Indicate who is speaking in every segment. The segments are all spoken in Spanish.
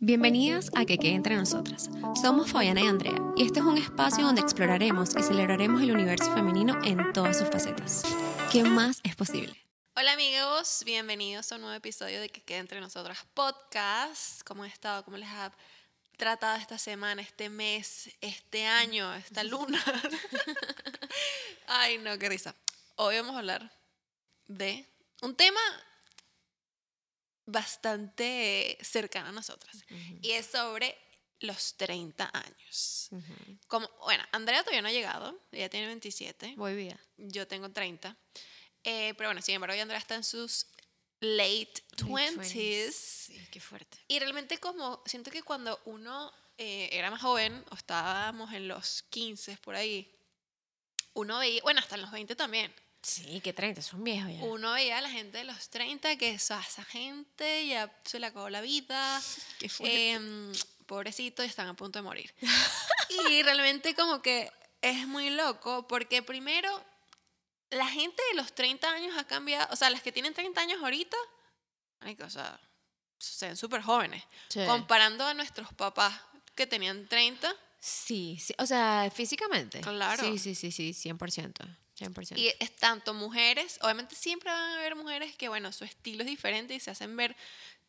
Speaker 1: Bienvenidas a Que Quede Entre Nosotras. Somos Fabiana y Andrea, y este es un espacio donde exploraremos y celebraremos el universo femenino en todas sus facetas. ¿Qué más es posible?
Speaker 2: Hola amigos, bienvenidos a un nuevo episodio de Que Quede Entre Nosotras Podcast. ¿Cómo han estado? ¿Cómo les ha tratado esta semana, este mes, este año, esta luna? Ay, no, qué risa. Hoy vamos a hablar de un tema bastante cercano a nosotras y es sobre los 30 años. Como, bueno, Andrea todavía no ha llegado, ella tiene 27.
Speaker 1: Voy bien.
Speaker 2: Yo tengo 30. Eh, pero bueno, sin embargo, ya Andrea está en sus late 20s.
Speaker 1: qué fuerte.
Speaker 2: Y realmente como siento que cuando uno eh, era más joven, o estábamos en los 15 por ahí, uno veía, bueno, hasta en los 20 también,
Speaker 1: Sí, que 30, son viejos ya.
Speaker 2: uno veía a la gente de los 30 que esa, esa gente ya se le acabó la vida,
Speaker 1: Qué
Speaker 2: em, pobrecito, y están a punto de morir. y realmente como que es muy loco porque primero la gente de los 30 años ha cambiado, o sea, las que tienen 30 años ahorita, marica, o sea, se ven súper jóvenes, comparando a nuestros papás que tenían 30
Speaker 1: Sí, sí, o sea, físicamente.
Speaker 2: Claro.
Speaker 1: Sí, sí, sí, sí, 100%. 100%.
Speaker 2: y es tanto mujeres, obviamente siempre van a haber mujeres que bueno, su estilo es diferente y se hacen ver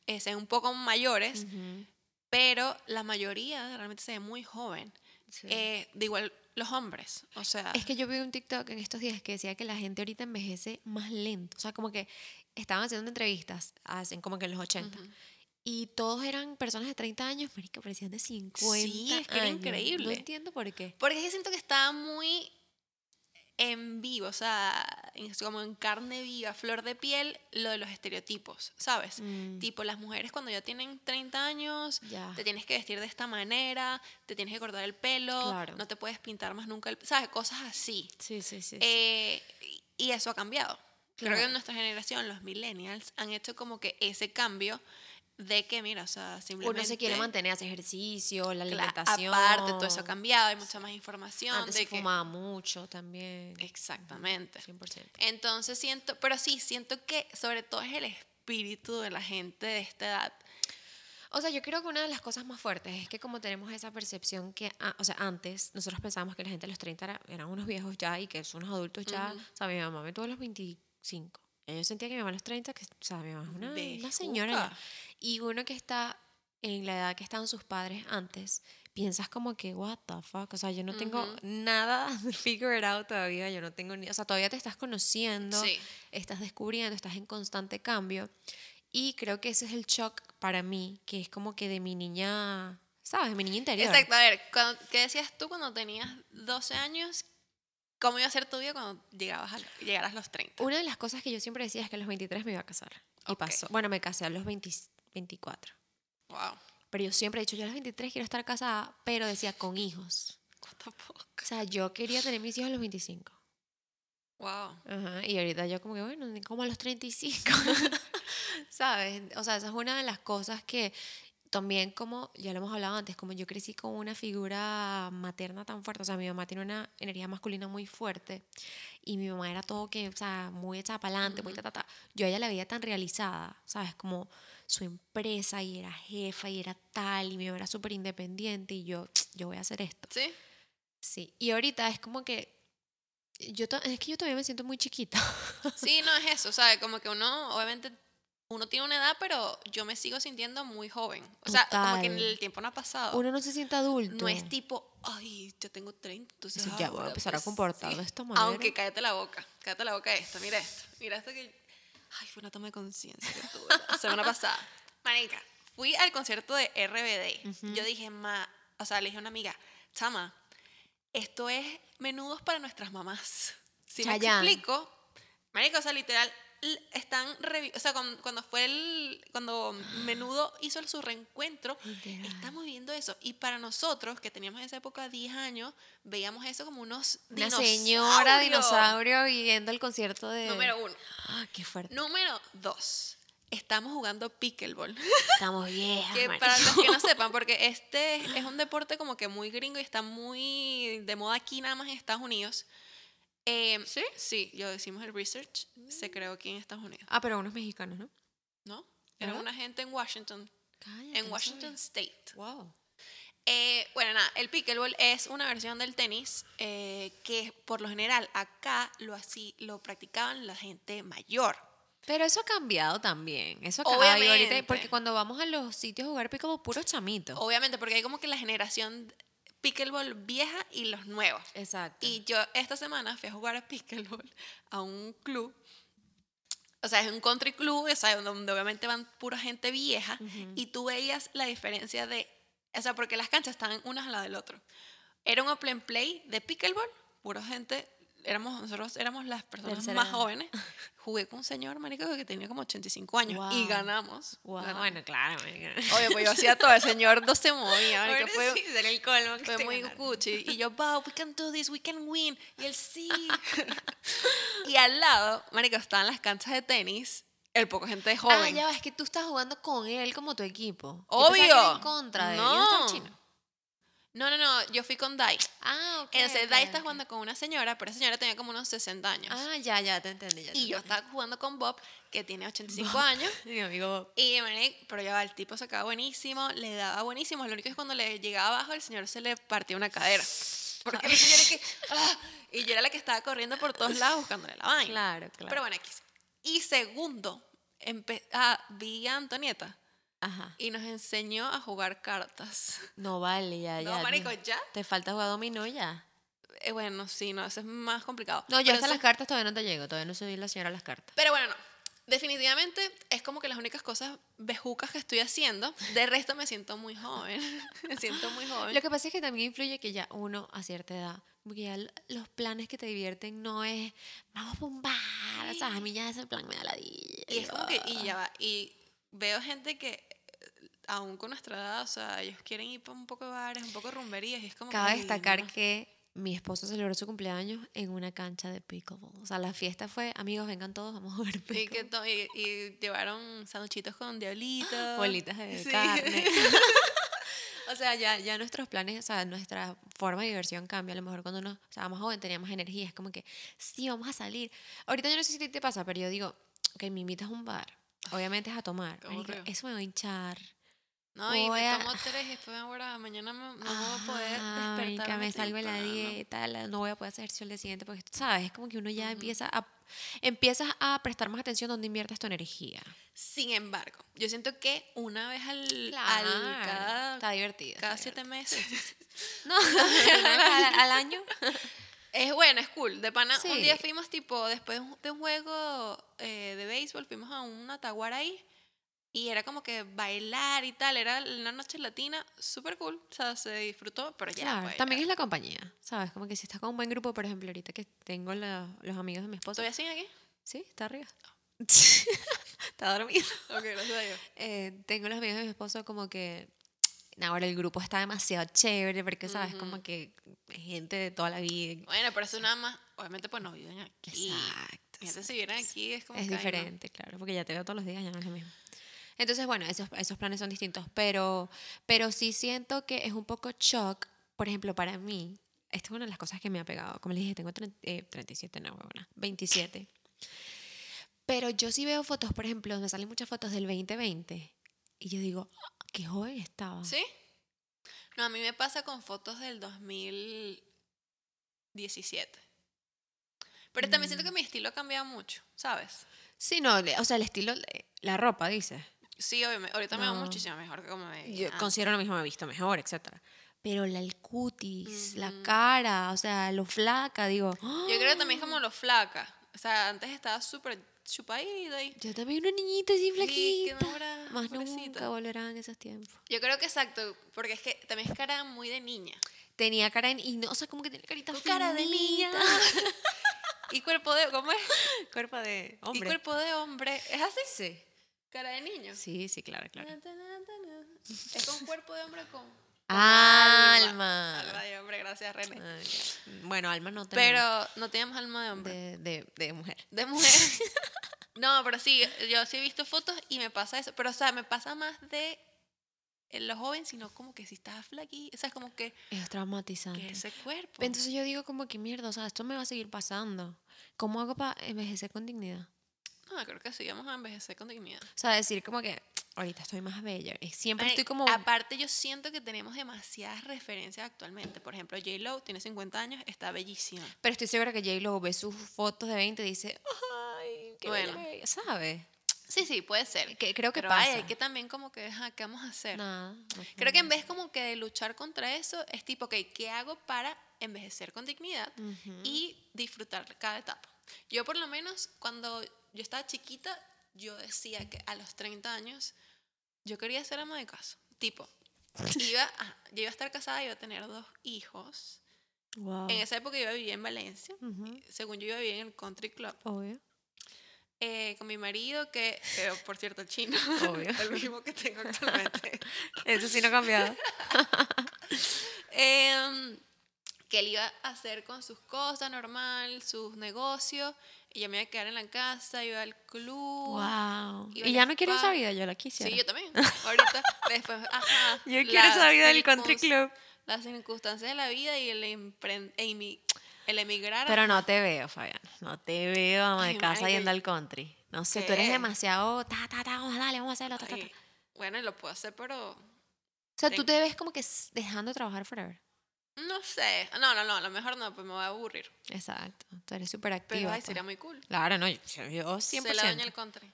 Speaker 2: eh, se ven un poco mayores,
Speaker 1: Ujú,
Speaker 2: pero la mayoría realmente se ve muy joven.
Speaker 1: sí.
Speaker 2: Eh, de igual los hombres, o sea,
Speaker 1: Es que yo vi un TikTok en estos días que decía que la gente ahorita envejece más lento. O sea, como que estaban haciendo entrevistas, hacen como que en los 80.
Speaker 2: ujú.
Speaker 1: Y todos eran personas de 30 años, marica, parecían de 50.
Speaker 2: Sí, es que era
Speaker 1: años. No
Speaker 2: increíble.
Speaker 1: entiendo por qué.
Speaker 2: Porque yo siento que estaba muy en vivo, o sea, en- como en carne viva, flor de piel, lo de los estereotipos, ¿sabes?
Speaker 1: Mm,
Speaker 2: Tipo, las mujeres cuando ya tienen 30 años,
Speaker 1: ya.
Speaker 2: te tienes que vestir de esta manera, te tienes que cortar el pelo,
Speaker 1: Claro.
Speaker 2: no te puedes pintar más nunca, el, ¿sabes? Cosas así.
Speaker 1: Sí, sí, sí. sí.
Speaker 2: Eh, y- y eso ha cambiado. Creo que
Speaker 1: Claro.
Speaker 2: en nuestra generación, los millennials, han hecho como que ese cambio de que, mira, o sea, simplemente...
Speaker 1: Uno se quiere mantener, hace ejercicio, la
Speaker 2: Cla-
Speaker 1: alimentación.
Speaker 2: Aparte, todo eso ha cambiado, hay mucha más información.
Speaker 1: Antes
Speaker 2: de
Speaker 1: se
Speaker 2: que-
Speaker 1: fumaba mucho también.
Speaker 2: Exactamente.
Speaker 1: 100%.
Speaker 2: Entonces siento, pero sí, siento que sobre todo es el espíritu de la gente de esta edad.
Speaker 1: O sea, yo creo que una de las cosas más fuertes es que como tenemos esa percepción que, ah, o sea, antes nosotros pensábamos que la gente de los 30 era- eran unos viejos ya y que son unos adultos ya.
Speaker 2: Ujú.
Speaker 1: O sea, mi mamá me tuvo a los 25. Yo sentía que mi mamá a los 30, que, o sea, mi mamá es una, una
Speaker 2: Bejuca.
Speaker 1: señora. ya. Y uno que está en la edad que estaban sus padres antes, piensas como que, what the fuck, o sea, yo no tengo
Speaker 2: Ujú.
Speaker 1: nada figured out todavía, yo no tengo ni, o sea, todavía te estás conociendo
Speaker 2: Sí.
Speaker 1: estás descubriendo, estás en constante cambio. Y creo que ese es el shock para mí, que es como que de mi niña, ¿sabes? Mi niña interior.
Speaker 2: Exacto, a ver, cuando- ¿qué decías tú cuando tenías 12 años? ¿Cómo iba a ser tu vida cuando llegabas a, llegaras a los 30?
Speaker 1: Una de las cosas que yo siempre decía es que a los 23 me iba a casar. Y
Speaker 2: Ok.
Speaker 1: pasó. Bueno, me casé a los 20 24.
Speaker 2: Wow.
Speaker 1: Pero yo siempre he dicho, yo a los 23 quiero estar casada, pero decía con hijos.
Speaker 2: What the fuck?
Speaker 1: O sea, yo quería tener mis hijos a los 25.
Speaker 2: Wow.
Speaker 1: Ajá, y ahorita yo como que, bueno, como a los 35, ¿sabes? O sea, esa es una de las cosas que también como, ya lo hemos hablado antes, como yo crecí con una figura materna tan fuerte, o sea, mi mamá tiene una energía masculina muy fuerte y mi mamá era todo que, o sea, muy echada para adelante, muy ta, ta, ta. Yo a ella la veía tan realizada, ¿sabes? Como su empresa y era jefa y era tal y mi mamá era súper independiente y yo, yo voy a hacer esto.
Speaker 2: ¿Sí?
Speaker 1: Sí, y ahorita es como que yo to- es que yo todavía me siento muy chiquita.
Speaker 2: Sí, no es eso, ¿sabes? Como que uno, obviamente, uno tiene una edad, pero yo me sigo sintiendo muy joven. O sea, como que
Speaker 1: Total.
Speaker 2: el tiempo no ha pasado.
Speaker 1: Uno no se siente adulto.
Speaker 2: No es tipo, ay, yo tengo 30, entonces
Speaker 1: Dice, ya voy a
Speaker 2: ahora,
Speaker 1: empezar a
Speaker 2: pues,
Speaker 1: comportar
Speaker 2: sí".
Speaker 1: de esta manera.
Speaker 2: Aunque cállate la boca, cállate la boca de esto, mira esto, mira esto que... Ay, fue una toma de conciencia que tuve la semana pasada. Manica, fui al concierto de RBD. Yo dije, ma, o sea, le dije a una amiga, chama, esto es menudos para nuestras mamás. Si
Speaker 1: Chayanne.
Speaker 2: me explico, Marica, o sea, literal, l- están. revi- O sea, cuan- cuando, fue el. Cuando Menudo hizo su reencuentro,
Speaker 1: Literal.
Speaker 2: estamos viendo eso. Y para nosotros, que teníamos en esa época 10 años, veíamos eso como unos.
Speaker 1: Una
Speaker 2: dinosaurios.
Speaker 1: señora dinosaurio viendo el concierto de.
Speaker 2: Número uno.
Speaker 1: Ah, qué fuerte.
Speaker 2: Número dos. Estamos jugando pickleball.
Speaker 1: Estamos viejas.
Speaker 2: Que
Speaker 1: Ah, marica.
Speaker 2: para los que no sepan, porque este es un deporte como que muy gringo y está muy de moda aquí nada más en Estados Unidos. Eh,
Speaker 1: ¿Sí? Mm.
Speaker 2: Sí, yo hicimos el research, se creó aquí en Estados Unidos.
Speaker 1: Ah, pero unos mexicanos, ¿no?
Speaker 2: ¿no? Era
Speaker 1: ¿Verdad?
Speaker 2: una gente en Washington
Speaker 1: Cállate,
Speaker 2: en
Speaker 1: no
Speaker 2: Washington State.
Speaker 1: sabía. Wow.
Speaker 2: Eh, bueno, nada, el pickleball es una versión del tenis eh, que por lo general acá lo, así, lo practicaban la gente mayor.
Speaker 1: Pero eso ha cambiado también. Eso ha cambiado y ahorita,
Speaker 2: Obviamente.
Speaker 1: porque cuando vamos a los sitios a jugar pues, pickleball, puros chamitos.
Speaker 2: Obviamente, porque hay como que la generación pickleball vieja y los nuevos.
Speaker 1: Exacto.
Speaker 2: Y yo esta semana fui a jugar a pickleball a un club. O sea, es un country club, o sea, donde obviamente van pura gente vieja. Y tú veías la diferencia de... O sea, porque las canchas estaban unas al lado del otro. Era un open play de pickleball, pura gente... Éramos, nosotros éramos las personas
Speaker 1: Tercera
Speaker 2: más
Speaker 1: edad.
Speaker 2: jóvenes. Jugué con un señor, marico, que tenía como 85 años. Y
Speaker 1: Wow.
Speaker 2: ganamos.
Speaker 1: Wow.
Speaker 2: ganamos.
Speaker 1: Bueno, claro. marica.
Speaker 2: Obvio, pues yo hacía todo. El señor no se movía, marica,
Speaker 1: Ahora
Speaker 2: fue-
Speaker 1: sí, será el colmo que
Speaker 2: fue
Speaker 1: te
Speaker 2: muy
Speaker 1: ganaron.
Speaker 2: cuchi. Y yo, Bob, we can do this, we can win. Y él, sí. y al lado, marico, estaban las canchas de tenis. El poco gente joven.
Speaker 1: Ah, ya va, es que tú estás jugando con él como tu equipo. Yo pensaba que era
Speaker 2: Obvio.
Speaker 1: en contra de él.
Speaker 2: no.
Speaker 1: Yo estaba chino.
Speaker 2: no, no, no. Yo fui con Dai.
Speaker 1: Ah, ok.
Speaker 2: Entonces,
Speaker 1: ok,
Speaker 2: Dai está
Speaker 1: ok.
Speaker 2: jugando con una señora, pero esa señora tenía como unos 60 años.
Speaker 1: Ah, ya, ya, te entendí. Ya, te
Speaker 2: y yo
Speaker 1: entendí.
Speaker 2: estaba jugando con Bob, que tiene 85
Speaker 1: Bob.
Speaker 2: años.
Speaker 1: Mi amigo Bob.
Speaker 2: Y, marico, pero ya va, el tipo sacaba buenísimo, le daba buenísimo. Lo único es cuando le llegaba abajo, el señor se le partía una cadera. Porque el señor es que. ah, y yo era la que estaba corriendo por todos lados buscándole la vaina.
Speaker 1: Claro, claro.
Speaker 2: Pero bueno, X. Y segundo, empe- ah, vi a Antonieta
Speaker 1: Ajá.
Speaker 2: y nos enseñó a jugar cartas.
Speaker 1: No vale, ya, ya.
Speaker 2: no, marico, ya.
Speaker 1: Te falta jugar dominó ya.
Speaker 2: Eh, bueno, sí, no, eso es más complicado.
Speaker 1: No, yo
Speaker 2: Pero
Speaker 1: hasta
Speaker 2: eso-
Speaker 1: las cartas todavía no te llego. Todavía no soy la señora a las cartas.
Speaker 2: Pero bueno, no. Definitivamente es como que las únicas cosas bejucas que estoy haciendo. De resto me siento muy joven. me siento muy joven.
Speaker 1: Lo que pasa es que también influye que ya uno a cierta edad, como que ya l- los planes que te divierten no es vamos a un bar", O sea, a mí ya ese plan me da ladilla.
Speaker 2: Y es como
Speaker 1: digo,
Speaker 2: que, y ya va. Y veo gente que, eh, aún con nuestra edad, o sea, ellos quieren ir para un poco de bares, un poco de rumberías. Y es como. que,
Speaker 1: Cabe
Speaker 2: "Ay,
Speaker 1: destacar
Speaker 2: no".
Speaker 1: que mi esposo celebró su cumpleaños en una cancha de pickleball. O sea, la fiesta fue, amigos, vengan todos, vamos a jugar
Speaker 2: Y, que
Speaker 1: pickleball.
Speaker 2: to- y, y llevaron sanduchitos con diablitos.
Speaker 1: Bolitas de
Speaker 2: Sí.
Speaker 1: carne. o sea, ya, ya nuestros planes, o sea, nuestra forma de diversión cambia. A lo mejor cuando uno estaba más joven tenía más energía. Es como que, sí, vamos a salir. Ahorita yo no sé si a ti te pasa, pero yo digo, ok, me invitas a un bar. Obviamente es a tomar.
Speaker 2: qué
Speaker 1: Marica,
Speaker 2: aburrido.
Speaker 1: Eso me va a hinchar.
Speaker 2: No, y
Speaker 1: Voy
Speaker 2: me
Speaker 1: a-
Speaker 2: tomo tres y después ahora mañana me- no voy a poder
Speaker 1: Ajá,
Speaker 2: despertar.
Speaker 1: marica, me salgo de la
Speaker 2: temprano.
Speaker 1: dieta, la- no voy a poder hacer ejercicio el día siguiente porque, ¿sabes? Es como que uno ya empieza a, empiezas a prestar más atención donde inviertes tu energía.
Speaker 2: Sin embargo, yo siento que una vez al, al cada,
Speaker 1: está divertido.
Speaker 2: cada
Speaker 1: está
Speaker 2: siete meses
Speaker 1: divertido. No, una vez al, al año.
Speaker 2: es bueno, es cool. De pana, un día
Speaker 1: Sí.
Speaker 2: fuimos tipo, después de un- de un juego eh, de béisbol, fuimos a una taguara ahí y era como que bailar y tal, era una noche latina, súper cool, o sea, se disfrutó, pero ya.
Speaker 1: Claro,
Speaker 2: pues,
Speaker 1: también
Speaker 2: ya.
Speaker 1: es la compañía, ¿sabes? Como que si estás con un buen grupo, por ejemplo, ahorita que tengo la- los amigos de mi esposo.
Speaker 2: ¿Todavía siguen aquí?
Speaker 1: Sí, está arriba. está dormido.
Speaker 2: Ok, gracias a Dios.
Speaker 1: eh, tengo los amigos de mi esposo como que nah, ahora el grupo está demasiado chévere porque sabes como que gente de toda la vida
Speaker 2: Bueno, pero eso nada más, obviamente pues no viven aquí.
Speaker 1: exacto
Speaker 2: Fíjate,
Speaker 1: exacto.
Speaker 2: si vienen aquí es como
Speaker 1: es
Speaker 2: que, ay, no.
Speaker 1: diferente claro porque ya te veo todos los días ya no es lo mismo entonces bueno esos, esos planes son distintos pero pero sí siento que es un poco shock por ejemplo para mí esta es una de las cosas que me ha pegado como les dije tengo 30, eh, 37 no huevona, 27 pero yo sí veo fotos por ejemplo donde salen muchas fotos del 2020 y yo digo "Ah, qué joven estaba
Speaker 2: ¿Sí? No, a mí me pasa con fotos del 2017. Pero también siento que mi estilo ha cambiado mucho, ¿sabes?
Speaker 1: Sí, no, le- o sea, el estilo, le- la ropa, dice.
Speaker 2: Sí, obviamente. Ahorita me veo
Speaker 1: No.
Speaker 2: muchísimo mejor que como me
Speaker 1: Yo
Speaker 2: veía antes.
Speaker 1: considero lo mismo, me he visto mejor, etcétera. Ah. Pero la, el cutis, la
Speaker 2: Ujú.
Speaker 1: cara, o sea, lo flaca, digo. ¡Ah!
Speaker 2: Yo creo que también es como lo flaca. O sea, antes estaba súper chupadita y...
Speaker 1: Yo también una niñita así
Speaker 2: Sí, que
Speaker 1: flaquita.
Speaker 2: no era,
Speaker 1: Más
Speaker 2: pobrecita.
Speaker 1: nunca volverán esos tiempos.
Speaker 2: Yo creo que exacto, porque es que también es cara muy de niña.
Speaker 1: Tenía cara en, y no, o sea, como que tenía carita
Speaker 2: Con cara de niña.
Speaker 1: finita.
Speaker 2: y cuerpo de... ¿Cómo es?
Speaker 1: cuerpo de
Speaker 2: Y cuerpo de hombre. ¿Es así?
Speaker 1: Sí.
Speaker 2: Cara de niño.
Speaker 1: Sí, sí, claro, claro.
Speaker 2: Es con cuerpo de hombre con.
Speaker 1: Alma.
Speaker 2: Alma de hombre, gracias René.
Speaker 1: Ay, bueno, alma no tenemos
Speaker 2: Pero no teníamos alma de hombre.
Speaker 1: de, de, de mujer.
Speaker 2: De, mujer. no, pero sí, yo sí he visto fotos y me pasa eso. Pero, o sea, me pasa más de los joven, sino como que si estás flaquí. O sea, es como que,
Speaker 1: Es traumatizante.
Speaker 2: que ese cuerpo.
Speaker 1: Ah, Entonces yo digo como que mierda, o sea, esto me va a seguir pasando. ¿Cómo hago para envejecer con dignidad?
Speaker 2: no, creo que sí, vamos a envejecer con dignidad.
Speaker 1: O sea, decir como que ahorita estoy más bella. Eh, Siempre
Speaker 2: Ay,
Speaker 1: estoy como...
Speaker 2: Aparte, yo siento que tenemos demasiadas referencias actualmente. Por ejemplo, J-Lo tiene 50 años, está bellísima.
Speaker 1: Pero estoy segura que J-Lo ve sus fotos de 20 y dice, ay, qué
Speaker 2: Bueno.
Speaker 1: bueno. ¿Sabes?
Speaker 2: Sí, sí, puede ser.
Speaker 1: Que- creo que
Speaker 2: Pero,
Speaker 1: pasa.
Speaker 2: ay, hay que también como que, ajá, ¿qué vamos a hacer?
Speaker 1: Nada.
Speaker 2: Creo que en vez como que de luchar contra eso, es tipo, ok, ¿qué hago para envejecer con dignidad y disfrutar cada etapa? Yo por lo menos cuando yo estaba chiquita, yo decía que a los 30 años yo quería ser ama de casa. Tipo, iba a, yo iba a estar casada, iba a tener dos hijos.
Speaker 1: Wow.
Speaker 2: En esa época yo vivía en Valencia.
Speaker 1: Ujú,
Speaker 2: Según yo iba a vivir en el country club
Speaker 1: Obvio.
Speaker 2: eh, con mi marido, que, eh, por cierto, chino,
Speaker 1: Obvio.
Speaker 2: el mismo que tengo actualmente.
Speaker 1: Eso sí no ha cambiado.
Speaker 2: Em, que él iba a hacer con sus cosas normal, sus negocios, y yo me iba a quedar en la casa, iba al club.
Speaker 1: wow.
Speaker 2: Iba
Speaker 1: Y ya
Speaker 2: al
Speaker 1: no quiero esa
Speaker 2: spa.
Speaker 1: vida, yo la quisiera.
Speaker 2: Sí, yo también. Ahorita, después, ajá.
Speaker 1: Yo quiero
Speaker 2: las
Speaker 1: esa vida del country
Speaker 2: circuns-
Speaker 1: club.
Speaker 2: Las circunstancias de la vida y el, empren- emi- el emigrar.
Speaker 1: Pero no te veo, Fabián. No te veo ama de
Speaker 2: Ay,
Speaker 1: casa
Speaker 2: marica,
Speaker 1: yendo al country. No sé, tú eres
Speaker 2: ¿qué?
Speaker 1: demasiado. Ta, ta, ta, vamos, dale, vamos a hacerlo. Ta, ta, ta.
Speaker 2: Ay, bueno, lo puedo hacer, pero
Speaker 1: O sea, tú
Speaker 2: Tranqui.
Speaker 1: te ves como que s- dejando de trabajar forever.
Speaker 2: no sé. No, no, no, a lo mejor no, pues me voy a aburrir.
Speaker 1: Exacto. Tú eres súper
Speaker 2: Pero
Speaker 1: activa.
Speaker 2: ay, sería muy cool.
Speaker 1: Claro, no, yo, yo
Speaker 2: Se la
Speaker 1: 100%.
Speaker 2: doña el country.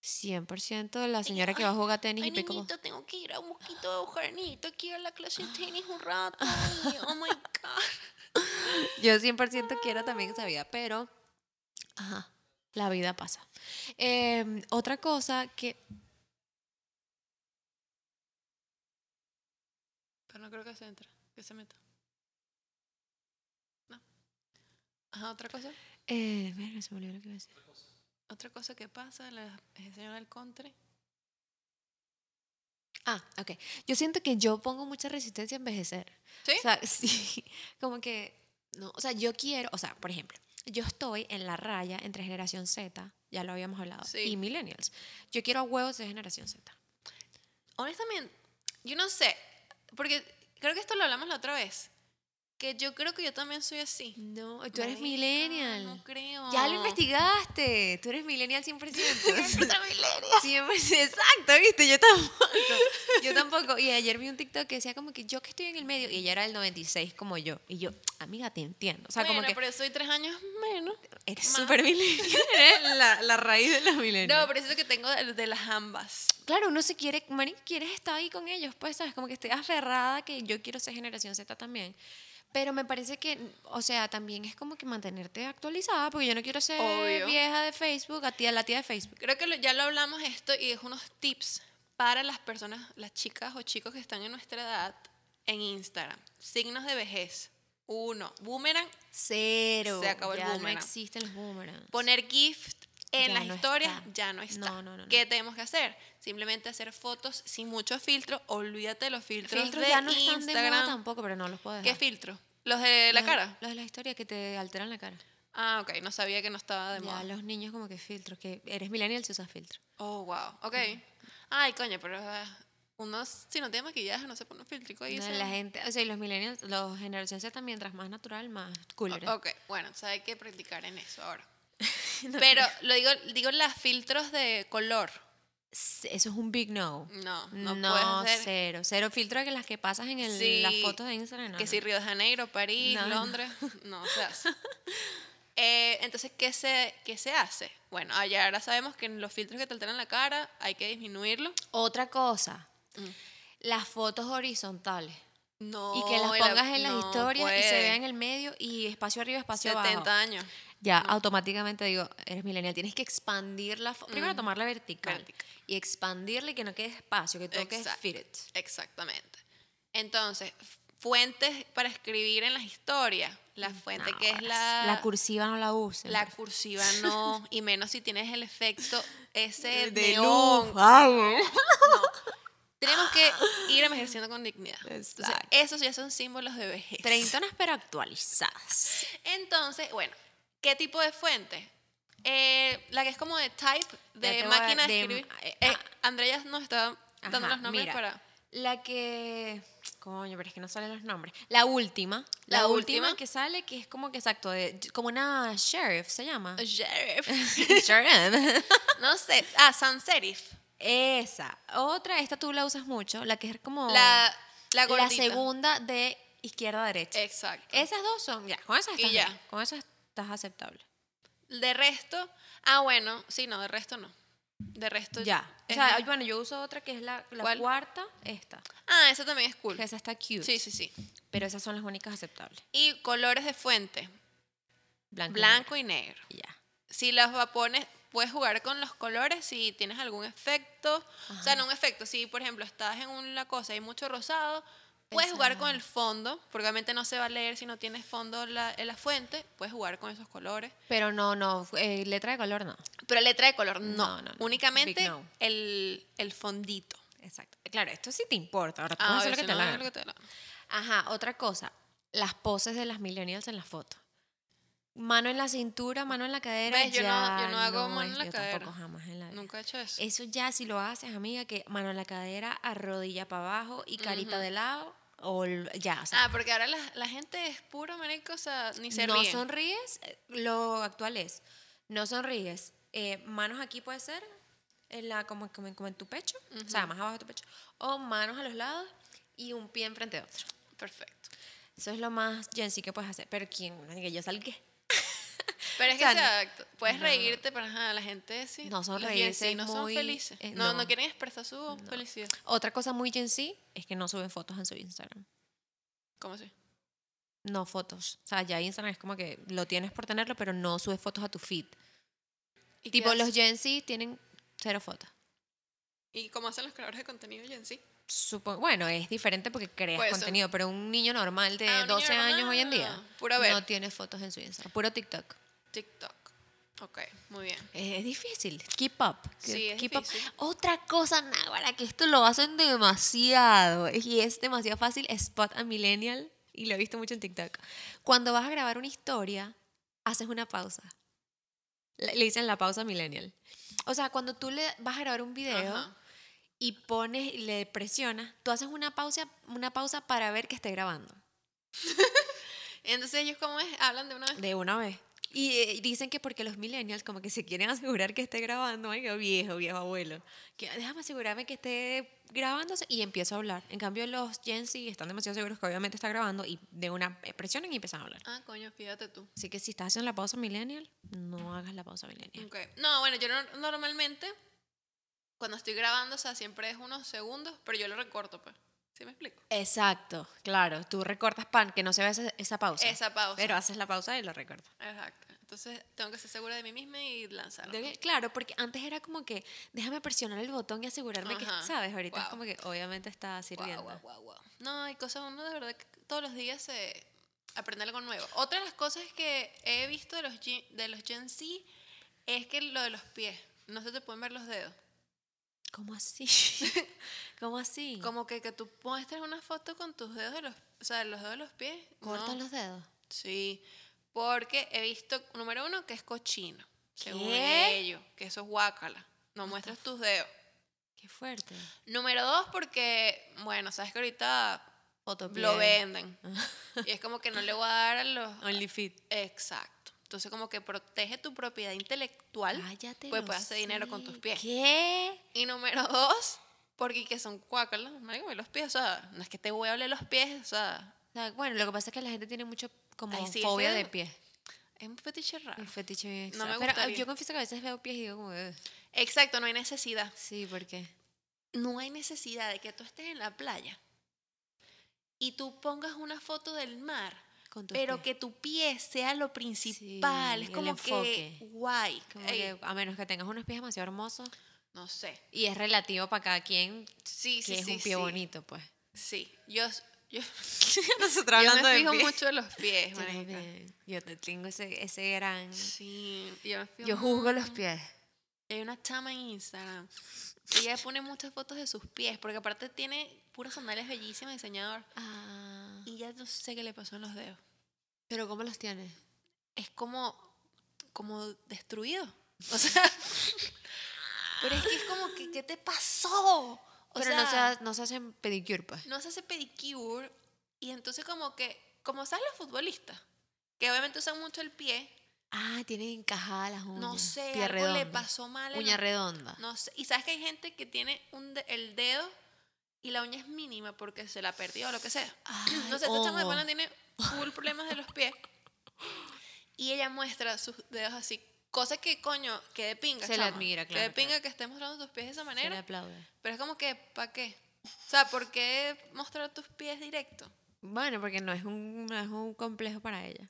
Speaker 1: 100% de la señora que va a jugar tenis
Speaker 2: Ay,
Speaker 1: y pico.
Speaker 2: niñito, tengo que ir a un poquito de jardinito, quiero la clase de tenis un rato. Ay, Oh my God.
Speaker 1: Yo 100% quiero también esa vida, pero. Ajá, la vida pasa. Eh, otra cosa que.
Speaker 2: Pero no creo que se entre, que se meta. No. Ajá, otra cosa.
Speaker 1: Eh, verga, se me olvidó lo que iba a decir.
Speaker 2: Otra cosa que pasa, la eh, señora del country.
Speaker 1: Ah, ok. Yo siento que yo pongo mucha resistencia a envejecer.
Speaker 2: ¿Sí?
Speaker 1: O sea, sí, como que, no, o sea, yo quiero, o sea, por ejemplo, yo estoy en la raya entre generación Z, ya lo habíamos hablado,
Speaker 2: Sí.
Speaker 1: y millennials. Yo quiero a huevos de generación Z.
Speaker 2: Honestamente, yo no sé, porque creo que esto lo hablamos la otra vez, que yo creo que yo también soy así.
Speaker 1: No, tú eres
Speaker 2: Marica,
Speaker 1: millennial.
Speaker 2: No creo.
Speaker 1: Ya lo investigaste, tú eres millennial 100%.
Speaker 2: Otra millennial.
Speaker 1: Siempre, exacto, viste, yo tampoco. Yo tampoco. Y ayer vi un TikTok que decía como que yo que estoy en el medio y ella era del 96 como yo. Y yo, amiga, te entiendo. O sea,
Speaker 2: bueno,
Speaker 1: como que
Speaker 2: pero soy tres años menos.
Speaker 1: eres
Speaker 2: más.
Speaker 1: súper millennial. Eres la, la raíz de los millennials.
Speaker 2: Eh, No, pero eso que tengo de, de las ambas.
Speaker 1: Claro, uno se quiere, marica, quieres estar ahí con ellos, pues, ¿sabes? Como que estoy aferrada que yo quiero ser generación Z también. Pero me parece que, o sea, también es como que mantenerte actualizada, porque yo no quiero ser
Speaker 2: Obvio.
Speaker 1: vieja de Facebook, a tía, la tía de Facebook.
Speaker 2: Creo que lo- ya lo hablamos esto y es unos tips para las personas, las chicas o chicos que están en nuestra edad en Instagram. Signos de vejez. Uno, boomerang.
Speaker 1: Cero.
Speaker 2: Se acabó el
Speaker 1: ya
Speaker 2: boomerang.
Speaker 1: No existen los boomerangs.
Speaker 2: Poner gift en
Speaker 1: Ya
Speaker 2: las
Speaker 1: no
Speaker 2: historias
Speaker 1: está.
Speaker 2: ya no está.
Speaker 1: No, no, no, no.
Speaker 2: ¿Qué tenemos que hacer? Simplemente hacer fotos sin mucho filtro. Olvídate de los filtros,
Speaker 1: filtros
Speaker 2: de
Speaker 1: ya no están de moda
Speaker 2: Instagram.
Speaker 1: tampoco, pero no los puedo dejar.
Speaker 2: ¿Qué filtro? ¿Los de la
Speaker 1: Los de-
Speaker 2: cara?
Speaker 1: Los de las historias que te alteran la cara.
Speaker 2: Ah, ok. No sabía que no estaba de
Speaker 1: ya,
Speaker 2: moda.
Speaker 1: los niños como que filtros, que eres millennial si usas filtro.
Speaker 2: Oh, wow. Ok. Ay, coño, pero ah, uno si no tiene maquillaje no se pone un filtrico ahí.
Speaker 1: No,
Speaker 2: se-
Speaker 1: la gente, o sea, y los millennials, los generación Z, mientras más natural, más cool eres.
Speaker 2: O- Ok, bueno, entonces hay que practicar en eso ahora. Pero lo digo, digo las filtros de color.
Speaker 1: S- Eso es un big no.
Speaker 2: No, no,
Speaker 1: No,
Speaker 2: puedes hacer
Speaker 1: cero. Cero filtro que las que pasas en el-
Speaker 2: Sí,
Speaker 1: las fotos de Instagram. no,
Speaker 2: que
Speaker 1: no.
Speaker 2: si Río de Janeiro, París,
Speaker 1: No, no.
Speaker 2: Londres, no, se hace. Eh, entonces, ¿qué se, ¿qué se hace? Bueno, ah, ya ahora sabemos que los filtros que te alteran la cara hay que disminuirlo.
Speaker 1: Otra cosa,
Speaker 2: Mm.
Speaker 1: las fotos horizontales.
Speaker 2: No,
Speaker 1: y que las
Speaker 2: la-
Speaker 1: pongas en las
Speaker 2: no
Speaker 1: historias y se
Speaker 2: puede.
Speaker 1: vean en el medio y espacio arriba, espacio
Speaker 2: 70
Speaker 1: abajo.
Speaker 2: años.
Speaker 1: Ya, automáticamente digo, eres millennial, tienes que expandir la foto. Primero tomarla vertical,
Speaker 2: Mm. Vertical.
Speaker 1: y expandirla y que no quede espacio, que toque
Speaker 2: Exacto.
Speaker 1: fit it.
Speaker 2: Exactamente. Entonces, fuentes para escribir en las historias. La fuente que es
Speaker 1: Ahora,
Speaker 2: la,
Speaker 1: Mm, pues, La cursiva no la usen.
Speaker 2: La
Speaker 1: por
Speaker 2: cursiva no, y menos si tienes el efecto ese
Speaker 1: favor.
Speaker 2: de neón. Tenemos que ir envejeciendo con dignidad. Entonces,
Speaker 1: Exacto.
Speaker 2: esos ya son símbolos de vejez.
Speaker 1: Treintonas pero actualizadas.
Speaker 2: Entonces, bueno, ¿qué tipo de fuente? Eh, la que es como de type,
Speaker 1: Ya
Speaker 2: de
Speaker 1: te voy a-
Speaker 2: máquina de,
Speaker 1: de-
Speaker 2: escribir.
Speaker 1: eh,
Speaker 2: Eh,
Speaker 1: ah.
Speaker 2: Andrea nos está dando
Speaker 1: Ajá,
Speaker 2: los nombres
Speaker 1: mira.
Speaker 2: para...
Speaker 1: La que. Coño, pero es que no salen los nombres. La última. La,
Speaker 2: La
Speaker 1: última,
Speaker 2: última.
Speaker 1: que sale, que es como que exacto, de- como una Ah. sheriff se llama.
Speaker 2: Sheriff.
Speaker 1: sheriff.
Speaker 2: no sé. Ah, sans serif.
Speaker 1: Esa. Otra, esta tú la usas mucho, la que es como
Speaker 2: La, la
Speaker 1: la
Speaker 2: gordita.
Speaker 1: segunda de izquierda a derecha.
Speaker 2: Exacto.
Speaker 1: Esas dos son, ya, con esas
Speaker 2: Y
Speaker 1: estás,
Speaker 2: ya.
Speaker 1: bien, con esas estás aceptable.
Speaker 2: De resto, ah, bueno, sí, no, de resto no. De resto
Speaker 1: Ya. O
Speaker 2: es
Speaker 1: sea,
Speaker 2: la-
Speaker 1: ay, bueno, yo uso otra que es la, la
Speaker 2: ¿Cuál?
Speaker 1: cuarta, esta.
Speaker 2: Ah, eso también es cool.
Speaker 1: Que esa está cute.
Speaker 2: Sí, sí, sí.
Speaker 1: Pero esas son las únicas aceptables.
Speaker 2: Y colores de fuente,
Speaker 1: Blanco. y
Speaker 2: blanco y negro.
Speaker 1: negro. Ya.
Speaker 2: Si los vapones, puedes jugar con los colores si tienes algún efecto. O sea, no un efecto. Si, por ejemplo, estás en una cosa y hay mucho rosado, puedes jugar con el fondo, porque obviamente no se va a leer si no tienes fondo la- en la fuente. Puedes jugar con esos colores.
Speaker 1: Pero no, no, eh, letra de color no.
Speaker 2: Pero letra de color, no.
Speaker 1: No, no, no.
Speaker 2: Únicamente
Speaker 1: Big no.
Speaker 2: El, el fondito.
Speaker 1: Exacto. Claro, esto sí te importa. Ahora tú
Speaker 2: Ah,
Speaker 1: puedes hacer lo
Speaker 2: si
Speaker 1: que te
Speaker 2: no,
Speaker 1: la
Speaker 2: haz
Speaker 1: gana.
Speaker 2: lo que te la-
Speaker 1: Ajá, otra cosa. Las poses de las millennials en las fotos. Mano en la cintura, mano en la cadera.
Speaker 2: ¿Ves? Yo no-
Speaker 1: ya
Speaker 2: yo no hago mano
Speaker 1: es-
Speaker 2: en la
Speaker 1: yo
Speaker 2: cadera.
Speaker 1: Tampoco jamás en la vida.
Speaker 2: Nunca he hecho eso.
Speaker 1: Eso ya si lo haces, amiga, que mano en la cadera, a rodilla para abajo y carita de lado, o l- ya, o sea,
Speaker 2: Ah, porque ahora la, la gente es puro marico, o sea, ni se
Speaker 1: no
Speaker 2: ríen.
Speaker 1: sonríes, eh, lo actual es, no sonríes, eh, manos aquí puede ser, en la, como, como, como en tu pecho, o sea, más abajo de tu pecho, o manos a los lados y un pie enfrente de otro.
Speaker 2: Perfecto.
Speaker 1: Eso es lo más Gen Z que puedes hacer, pero ¿quién? Marica, Yo salgué.
Speaker 2: Pero es que
Speaker 1: O sea,
Speaker 2: exacto, puedes reírte, pero ajá, la gente sí.
Speaker 1: No,
Speaker 2: los
Speaker 1: sonreírse
Speaker 2: Gen Z
Speaker 1: es
Speaker 2: no son
Speaker 1: muy-
Speaker 2: felices.
Speaker 1: eh,
Speaker 2: no, no,
Speaker 1: no.
Speaker 2: quieren expresar su felicidad.
Speaker 1: Otra cosa muy Gen Z es que no suben fotos en su Instagram.
Speaker 2: ¿Cómo así?
Speaker 1: No fotos. O sea, ya Instagram es como que lo tienes por tenerlo, pero no subes fotos a tu feed.
Speaker 2: ¿Y qué
Speaker 1: Tipo, los
Speaker 2: hace-
Speaker 1: Gen Z tienen cero fotos.
Speaker 2: ¿Y cómo hacen los creadores de contenido Gen Z?
Speaker 1: Supo- bueno, es diferente porque creas
Speaker 2: Puede ser.
Speaker 1: contenido, pero un niño normal de
Speaker 2: Ah, un niño
Speaker 1: 12 años
Speaker 2: normal,
Speaker 1: hoy en día
Speaker 2: puro ver.
Speaker 1: no tiene fotos en su Instagram, puro TikTok.
Speaker 2: TikTok. Ok, muy bien.
Speaker 1: Es, es difícil, keep up.
Speaker 2: Sí, es
Speaker 1: keep up.
Speaker 2: difícil.
Speaker 1: Otra cosa, Náguara, que esto lo hacen demasiado y es demasiado fácil, spot a millennial, y lo he visto mucho en TikTok. Cuando vas a grabar una historia, haces una pausa. Le le dicen la pausa millennial. O sea, cuando tú le vas a grabar un video,
Speaker 2: Ajá.
Speaker 1: y pones y le presionas, tú haces una pausa, una pausa para ver que esté grabando.
Speaker 2: Entonces ellos cómo es, hablan de una vez.
Speaker 1: De una vez. Y eh, dicen que porque los millennials como que se quieren asegurar que esté grabando, ay, qué viejo, viejo abuelo, que déjame asegurarme que esté grabándose y empiezo a hablar. En cambio los Gen Z están demasiado seguros que obviamente está grabando y de una eh, presionan y empiezan a hablar.
Speaker 2: Ah, coño, fíjate tú.
Speaker 1: Así que si estás haciendo la pausa millennial, no hagas la pausa millennial.
Speaker 2: Ok. No, bueno, yo no- normalmente cuando estoy grabando, o sea, siempre es unos segundos, pero yo lo recorto, pues. ¿Sí me explico?
Speaker 1: Exacto, claro. Tú recortas pan, que no se vea esa, esa pausa.
Speaker 2: Esa pausa.
Speaker 1: Pero haces la pausa y lo recortas.
Speaker 2: Exacto. Entonces tengo que ser segura de mí misma y lanzarlo.
Speaker 1: Debe- claro, porque antes era como que déjame presionar el botón y asegurarme
Speaker 2: Ajá.
Speaker 1: que, ¿sabes? Ahorita es
Speaker 2: Guau.
Speaker 1: como que obviamente está sirviendo.
Speaker 2: Guau, guau, guau, guau. No, hay cosas, uno de verdad que todos los días se aprende algo nuevo. Otra de las cosas que he visto de los, gen- de los Gen Z es que lo de los pies, no se te pueden ver los dedos.
Speaker 1: ¿Cómo así? ¿Cómo así?
Speaker 2: Como que, que tú muestres una foto con tus dedos de los, o sea, los dedos de los pies.
Speaker 1: ¿Cortan
Speaker 2: no.
Speaker 1: los dedos?
Speaker 2: Sí, porque he visto, número uno, que es cochino, según
Speaker 1: ¿Qué?
Speaker 2: ellos, que eso es guácala, no muestres tus dedos.
Speaker 1: Qué fuerte.
Speaker 2: Número dos, porque, bueno, sabes que ahorita
Speaker 1: Fotopiel.
Speaker 2: lo venden. Y es como que no le voy a dar a los...
Speaker 1: Only fit.
Speaker 2: Exacto. Entonces como que protege tu propiedad intelectual.
Speaker 1: Cállate.
Speaker 2: Pues
Speaker 1: el
Speaker 2: puedes hacer dinero con tus
Speaker 1: hocico.
Speaker 2: pies.
Speaker 1: ¿Qué?
Speaker 2: Y número dos, porque que son cuácalas, marico, y los pies, o sea, no es que te voy a oler los pies, o sea,
Speaker 1: O sea, bueno, lo que pasa es que la gente tiene mucho como
Speaker 2: Ay, sí,
Speaker 1: fobia
Speaker 2: ese-
Speaker 1: de pies.
Speaker 2: es un fetiche raro.
Speaker 1: Un fetiche bien
Speaker 2: No me
Speaker 1: extraño. Pero ah,
Speaker 2: gustaría.
Speaker 1: yo confieso que a veces veo pies y digo como, "Ugh".
Speaker 2: Exacto, no hay necesidad.
Speaker 1: sí, ¿por qué?
Speaker 2: no hay necesidad de que tú estés en la playa y tú pongas una foto del mar,
Speaker 1: Con tus
Speaker 2: pero
Speaker 1: pies.
Speaker 2: que tu pie sea lo principal.
Speaker 1: Sí,
Speaker 2: es
Speaker 1: el
Speaker 2: como que
Speaker 1: enfoque.
Speaker 2: guay.
Speaker 1: Como
Speaker 2: Ey,
Speaker 1: que a menos que tengas unos pies demasiado hermosos
Speaker 2: No sé.
Speaker 1: y es relativo para cada quien
Speaker 2: Sí,
Speaker 1: que
Speaker 2: sí,
Speaker 1: es
Speaker 2: sí,
Speaker 1: un pie
Speaker 2: sí.
Speaker 1: bonito, pues.
Speaker 2: Sí, yo, yo,
Speaker 1: Nosotros
Speaker 2: yo me fijo mucho de los pies,
Speaker 1: Yo,
Speaker 2: marica.
Speaker 1: también. Yo te tengo ese, ese gran.
Speaker 2: Sí, yo, me fijo
Speaker 1: Yo juzgo los
Speaker 2: mucho.
Speaker 1: pies.
Speaker 2: Hay una chama en Instagram. que Ella pone muchas fotos de sus pies, porque aparte tiene puras sandalias bellísimas, diseñador.
Speaker 1: Ah,
Speaker 2: Y ya no sé qué le pasó en los dedos.
Speaker 1: pero ¿cómo los tienes?
Speaker 2: es como, como destruido. O sea, pero es que es como que, ¿qué te pasó? O
Speaker 1: pero
Speaker 2: sea,
Speaker 1: no, se, ha- no se hacen pedicure, pues.
Speaker 2: no se hace pedicure y entonces como que, como sabes los futbolistas, que obviamente usan mucho el pie,
Speaker 1: Ah, tienen encajadas las uñas.
Speaker 2: No sé,
Speaker 1: Pie
Speaker 2: algo le
Speaker 1: redondo.
Speaker 2: pasó mal. en
Speaker 1: Uña
Speaker 2: la-
Speaker 1: redonda.
Speaker 2: No sé. Y sabes que hay gente que tiene un de- el dedo y la uña es mínima porque se la perdió o lo que sea. no sé, esta chama de
Speaker 1: hongo.
Speaker 2: pana tiene full problemas de los pies. Y ella muestra sus dedos así. Cosa que, coño, que de pinga.
Speaker 1: Se la
Speaker 2: chama.
Speaker 1: admira,
Speaker 2: Que de
Speaker 1: claro,
Speaker 2: pinga
Speaker 1: claro.
Speaker 2: que estés mostrando tus pies de esa
Speaker 1: Se le
Speaker 2: manera.
Speaker 1: aplaude.
Speaker 2: Pero es como que, ¿para qué? O sea, ¿por qué mostrar tus pies directo?
Speaker 1: Bueno, porque no es un, no es un complejo para ella.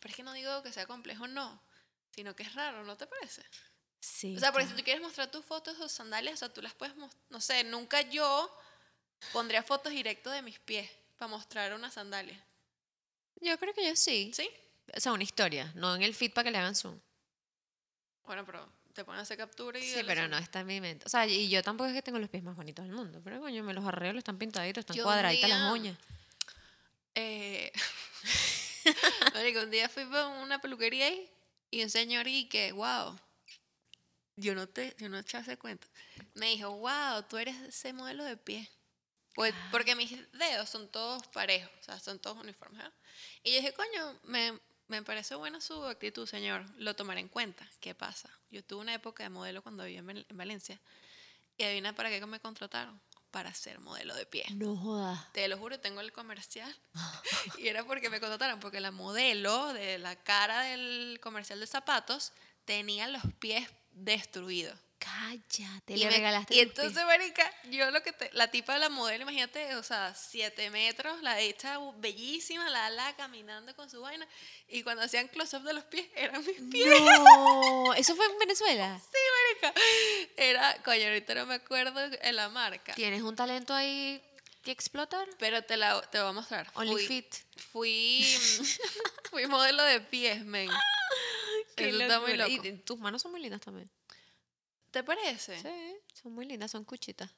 Speaker 2: Pero es que no digo que sea complejo, no. Sino que es raro, ¿no te parece?
Speaker 1: Sí.
Speaker 2: O sea, porque si
Speaker 1: claro.
Speaker 2: tú quieres mostrar tus fotos o sandalias, o sea, tú las puedes mostrar. No sé, nunca yo pondría fotos directo de mis pies para mostrar una sandalia.
Speaker 1: Yo creo que yo sí.
Speaker 2: ¿Sí?
Speaker 1: O sea, una historia, no en el feed para que le hagan zoom.
Speaker 2: Bueno, pero te ponen a hacer captura y.
Speaker 1: Sí, pero no está en mi mente. O sea, y yo tampoco es que tengo los pies más bonitos del mundo, pero coño, me los arreglo, están pintaditos, están
Speaker 2: Yo un
Speaker 1: cuadraditas las
Speaker 2: día-
Speaker 1: uñas.
Speaker 2: Eh, marico, un día fui a una peluquería ahí y un señor y que, wow, yo no te, yo no te hace cuenta. Me dijo, wow, tú eres ese modelo de pie. Pues, porque mis dedos son todos parejos, o sea, son todos uniformes. ¿ah? Y yo dije, coño, me, me parece buena su actitud, señor, lo tomaré en cuenta. ¿Qué pasa? Yo tuve una época de modelo cuando vivía en, Val- en Valencia y adivina para qué me contrataron, para ser modelo de pie.
Speaker 1: No jodas.
Speaker 2: Te lo juro, tengo el comercial. y era porque me contrataron, porque la modelo de la cara del comercial de zapatos tenía los pies destruidos.
Speaker 1: Cállate,
Speaker 2: y
Speaker 1: le
Speaker 2: me-
Speaker 1: regalaste.
Speaker 2: y
Speaker 1: tus
Speaker 2: entonces,
Speaker 1: pies.
Speaker 2: marica, yo lo que te- la tipa de la modelo, imagínate, o sea, 7 metros, la hecha bellísima, la ala caminando con su vaina. Y cuando hacían close-up de los pies, eran mis pies.
Speaker 1: No, eso fue en Venezuela.
Speaker 2: Era, coño, ahorita no me acuerdo en la marca.
Speaker 1: ¿Tienes un talento ahí que explotar?
Speaker 2: Pero te la te voy a mostrar.
Speaker 1: Only
Speaker 2: Fui-
Speaker 1: fit.
Speaker 2: Fui, fui modelo de pies, men. Eso está muy
Speaker 1: locura.
Speaker 2: loco.
Speaker 1: Y tus manos son muy lindas también.
Speaker 2: ¿Te parece?
Speaker 1: Sí, son muy lindas, son cuchitas.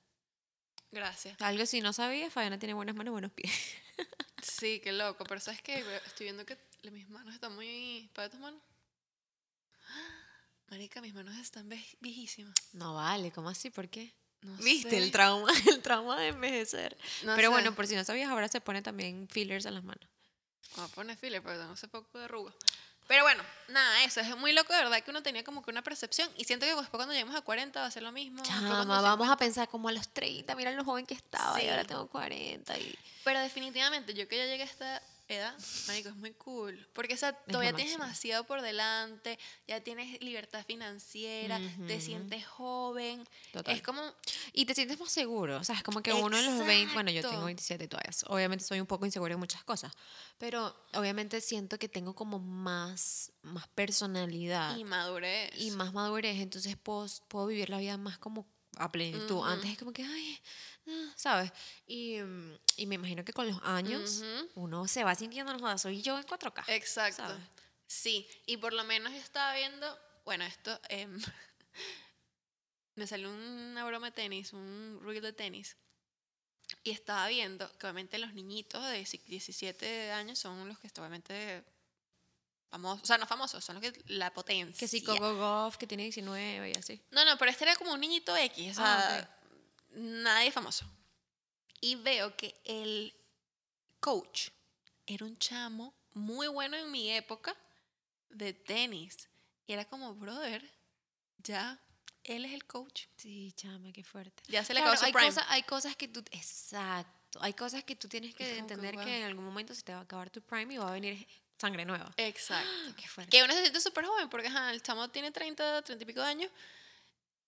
Speaker 2: Gracias.
Speaker 1: Algo si no sabía, Fabiana tiene buenas manos, buenos pies.
Speaker 2: Sí, qué loco. Pero sabes que estoy viendo que mis manos están muy. ¿Para tus manos? Marica, mis manos están ve- viejísimas.
Speaker 1: No vale, ¿cómo así? ¿Por qué?
Speaker 2: No
Speaker 1: Viste
Speaker 2: sé,
Speaker 1: el trauma, el trauma de envejecer.
Speaker 2: no
Speaker 1: pero
Speaker 2: sé.
Speaker 1: bueno, por si no sabías, ahora se pone también fillers en las manos.
Speaker 2: Voy a poner filler, pero tengo ese poco de arruga. Pero bueno, nada, eso es muy loco, de verdad, que uno tenía como que una percepción. Y siento que después cuando lleguemos a 40 va a ser lo mismo. después
Speaker 1: Chama,
Speaker 2: cuando se-
Speaker 1: vamos a pensar como a los 30, mira lo joven que estaba y
Speaker 2: Sí.
Speaker 1: ahora tengo 40 y
Speaker 2: Pero definitivamente, yo que ya llegué a esta edad, marico, es muy cool. Porque, o sea,
Speaker 1: lo
Speaker 2: todavía tienes
Speaker 1: máximo.
Speaker 2: demasiado por delante, ya tienes libertad financiera, te
Speaker 1: Ujú.
Speaker 2: sientes joven.
Speaker 1: total.
Speaker 2: Es como,
Speaker 1: y te sientes más seguro, o sea, es como que uno de los 20, bueno, yo tengo
Speaker 2: Exacto.
Speaker 1: 27 todavía, obviamente soy un poco insegura en muchas cosas, pero obviamente siento que tengo como más, más personalidad
Speaker 2: y madurez.
Speaker 1: y más madurez, entonces puedo, puedo vivir la vida más como a plenitud.
Speaker 2: Ujú.
Speaker 1: Antes es como que, ay, ah", ¿sabes? Y, mm, y me imagino que con los años
Speaker 2: Ujú.
Speaker 1: uno se va sintiendo, no jodas, soy yo en 4K.
Speaker 2: Exacto.
Speaker 1: ah, ¿sabes?
Speaker 2: Sí, y por lo menos yo estaba viendo, bueno, esto, em, me salió una broma de tenis, un reel de tenis, y estaba viendo que obviamente los niñitos de 10 17 años son los que obviamente famosos, o sea, no famosos, son los que la potencia.
Speaker 1: Que sí, Coco Goff, que tiene 19 y así.
Speaker 2: No, no, pero este era como un niñito X, o sea,
Speaker 1: Ah,
Speaker 2: nadie famoso. Y veo que el coach era un chamo muy bueno en mi época de tenis. Y era como, brother, ya, él es el coach.
Speaker 1: Sí, chama, qué fuerte.
Speaker 2: Ya se le
Speaker 1: Claro,
Speaker 2: acabó su
Speaker 1: hay,
Speaker 2: prime.
Speaker 1: cosas, hay cosas que tú... Exacto. Hay cosas que tú tienes
Speaker 2: Es
Speaker 1: que
Speaker 2: como que,
Speaker 1: entender que,
Speaker 2: guau.
Speaker 1: en algún momento se te va a acabar tu prime y va a venir sangre nueva.
Speaker 2: Exacto.
Speaker 1: Qué fuerte.
Speaker 2: Que uno se siente súper joven porque ajá, el chamo tiene 30, 30 y pico de años.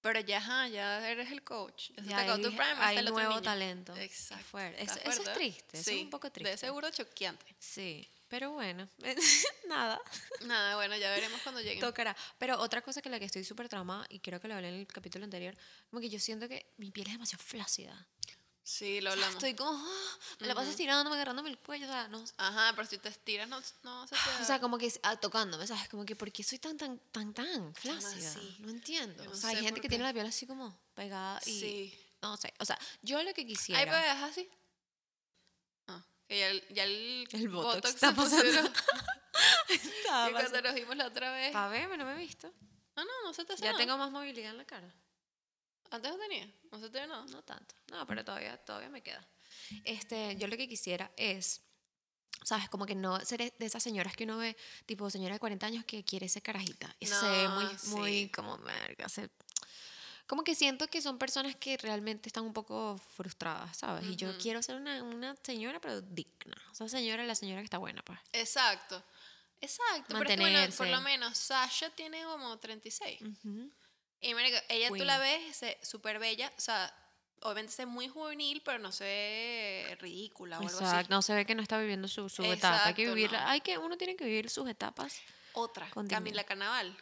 Speaker 2: Pero ya, ajá, ya eres el coach. Ya, se te
Speaker 1: Ya
Speaker 2: acabó tu
Speaker 1: hay-
Speaker 2: prime. ahí
Speaker 1: hay
Speaker 2: está el otro
Speaker 1: nuevo
Speaker 2: niño.
Speaker 1: talento. Qué
Speaker 2: Exacto.
Speaker 1: fuerte.
Speaker 2: Está
Speaker 1: Eso, eso
Speaker 2: fuerte,
Speaker 1: es
Speaker 2: ¿eh?
Speaker 1: triste, eso es
Speaker 2: Sí,
Speaker 1: un poco
Speaker 2: De
Speaker 1: triste.
Speaker 2: seguro choqueante.
Speaker 1: Sí, pero bueno, nada,
Speaker 2: Nada, bueno, ya veremos cuando lleguen.
Speaker 1: tocará. Pero otra cosa que la que estoy súper tramada, y creo que lo hablé en el capítulo anterior, como que yo siento que mi piel es demasiado flácida.
Speaker 2: Sí, lo
Speaker 1: O sea,
Speaker 2: hablamos.
Speaker 1: estoy como, ah, me la paso
Speaker 2: Ujú.
Speaker 1: estirándome, agarrándome el cuello, o sea, no,
Speaker 2: Ajá, pero si te estiras no, no se te
Speaker 1: O sea, como que es- ah, tocándome, ¿sabes? Como que, ¿por qué soy tan, tan, tan, tan
Speaker 2: Chama,
Speaker 1: flácida?
Speaker 2: sí.
Speaker 1: No entiendo.
Speaker 2: Yo no
Speaker 1: o sea, hay
Speaker 2: sé
Speaker 1: gente que
Speaker 2: por qué.
Speaker 1: tiene la piel así como pegada y...
Speaker 2: Sí.
Speaker 1: No sé, o sea, yo lo que quisiera...
Speaker 2: Ay, pero es así. Ah, que ya el, ya el,
Speaker 1: El botox
Speaker 2: botox
Speaker 1: está
Speaker 2: se pusieron.
Speaker 1: pasando. Estaba
Speaker 2: Y cuando
Speaker 1: pasando-
Speaker 2: nos vimos la otra vez.
Speaker 1: Pa' verme, no me he visto.
Speaker 2: No, no, no se te hace
Speaker 1: Ya
Speaker 2: nada.
Speaker 1: tengo más movilidad en la cara.
Speaker 2: Antes no tenía. No se te ve nada.
Speaker 1: No tanto. No, pero todavía, todavía me queda. Este, yo lo que quisiera es ¿Sabes? Como que no ser de esas señoras que uno ve, tipo señora de 40 años que quiere ser carajita. Y se ve
Speaker 2: No,
Speaker 1: muy,
Speaker 2: sí.
Speaker 1: muy como, merga, se- Como que siento que son personas que realmente están un poco frustradas, ¿sabes? Y yo
Speaker 2: Ujú.
Speaker 1: quiero ser una, una señora, pero digna. O sea, señora, la señora que está buena, pues.
Speaker 2: Exacto. Exacto. Pero es que, bueno, por
Speaker 1: Mantenerse.
Speaker 2: lo menos Sasha tiene como 36.
Speaker 1: Ujú.
Speaker 2: Y marico, ella tú
Speaker 1: Queen.
Speaker 2: la ves se- súper bella. O sea, obviamente se ve muy juvenil, pero no se ve ridícula o algo
Speaker 1: Exacto, no se ve que no está viviendo su, su etapa. Hay que
Speaker 2: Exacto, no.
Speaker 1: vivirla. Hay que, uno tiene que vivir sus etapas.
Speaker 2: así. Otra,
Speaker 1: Con
Speaker 2: Camila Carnaval.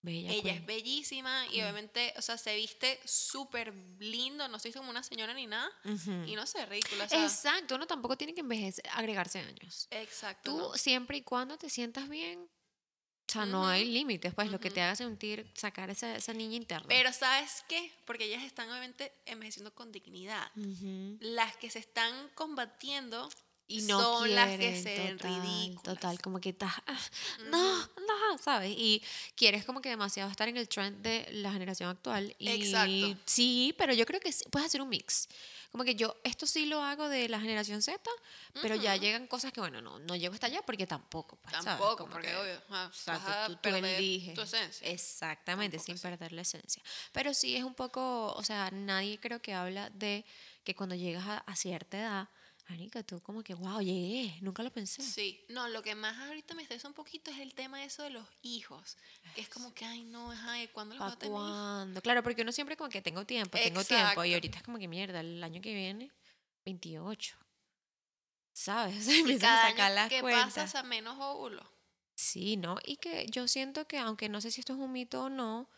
Speaker 1: Bella.
Speaker 2: Ella
Speaker 1: queen.
Speaker 2: es bellísima
Speaker 1: Mm.
Speaker 2: y obviamente, o sea, se viste súper lindo. No se hizo como una señora ni nada.
Speaker 1: Ujú.
Speaker 2: Y no se ve ridícula. O sea,
Speaker 1: Exacto, uno tampoco tiene que envejecer, agregarse años.
Speaker 2: Exacto.
Speaker 1: Tú
Speaker 2: ¿no?
Speaker 1: siempre y cuando te sientas bien, o sea, no hay
Speaker 2: Ujú,
Speaker 1: límites, pues lo que
Speaker 2: ujú.
Speaker 1: te haga sentir, sacar esa, esa niña interna.
Speaker 2: Pero ¿sabes qué? Porque ellas están obviamente envejeciendo con dignidad.
Speaker 1: Mm. Ujú.
Speaker 2: Las que se están combatiendo
Speaker 1: Y no
Speaker 2: son las que
Speaker 1: quieren,
Speaker 2: se ven
Speaker 1: total,
Speaker 2: ridículas.
Speaker 1: Total, como que estás, ah, no,
Speaker 2: mm,
Speaker 1: no, ¿sabes? Y quieres como que demasiado estar en el trend de la generación actual. Y
Speaker 2: Exacto.
Speaker 1: Sí, pero yo creo que sí, puedes hacer un mix. Como que yo, esto sí lo hago de la generación Z, pero ya
Speaker 2: Ujú.
Speaker 1: llegan cosas que, bueno, no, no llego hasta allá porque tampoco. pues, ¿sabes?
Speaker 2: Tampoco,
Speaker 1: Como
Speaker 2: porque
Speaker 1: que-
Speaker 2: obvio. ajá, vas a
Speaker 1: Exacto, tú, tú
Speaker 2: perder
Speaker 1: eliges.
Speaker 2: tu esencia.
Speaker 1: Exactamente,
Speaker 2: Tampoco
Speaker 1: sin
Speaker 2: así.
Speaker 1: perder la esencia. Pero sí es un poco, o sea, nadie creo que habla de que cuando llegas a, a cierta edad, Anica, tú como que, wow, llegué, nunca lo pensé.
Speaker 2: Sí, no, lo que más ahorita me estresa un poquito es el tema de eso de los hijos, que es como que, ay, no, ay, ¿cuándo los voy
Speaker 1: ¿Para
Speaker 2: a tener?
Speaker 1: cuándo? Claro, porque uno siempre como que tengo tiempo, tengo tiempo, y
Speaker 2: Exacto.
Speaker 1: ahorita es como que mierda, el año que viene, 28. ¿Sabes? Se
Speaker 2: Y
Speaker 1: empiezan
Speaker 2: cada
Speaker 1: a sacar
Speaker 2: año
Speaker 1: las
Speaker 2: que
Speaker 1: cuentas.
Speaker 2: pasas a menos óvulos.
Speaker 1: Sí, ¿no? Y que yo siento que, aunque no sé si esto es un mito o no,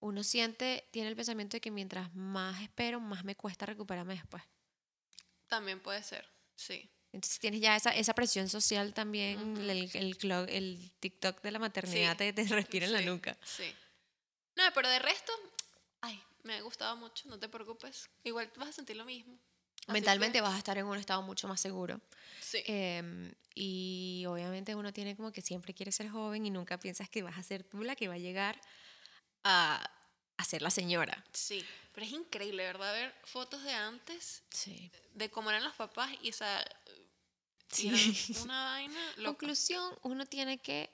Speaker 1: uno siente, tiene el pensamiento de que mientras más espero, más me cuesta recuperarme después.
Speaker 2: También puede ser, sí.
Speaker 1: Entonces tienes ya esa, esa presión social también, el, el, clo- el TikTok de la maternidad
Speaker 2: Sí.
Speaker 1: te, te respira en la
Speaker 2: Sí,
Speaker 1: nuca.
Speaker 2: Sí. No, pero de resto, ay, me ha gustado mucho, no te preocupes. Igual vas a sentir lo mismo. Así que,
Speaker 1: Mentalmente vas a estar en un estado mucho más seguro.
Speaker 2: sí.
Speaker 1: Em, y obviamente uno tiene como que siempre quiere ser joven y nunca piensas que vas a ser tú la que va a llegar a, a ser la señora.
Speaker 2: Sí, pero es increíble, ¿verdad? Ver fotos de antes,
Speaker 1: Sí.
Speaker 2: de cómo eran los papás y, o sea, y eran
Speaker 1: Sí.
Speaker 2: una vaina loca.
Speaker 1: Conclusión, uno tiene que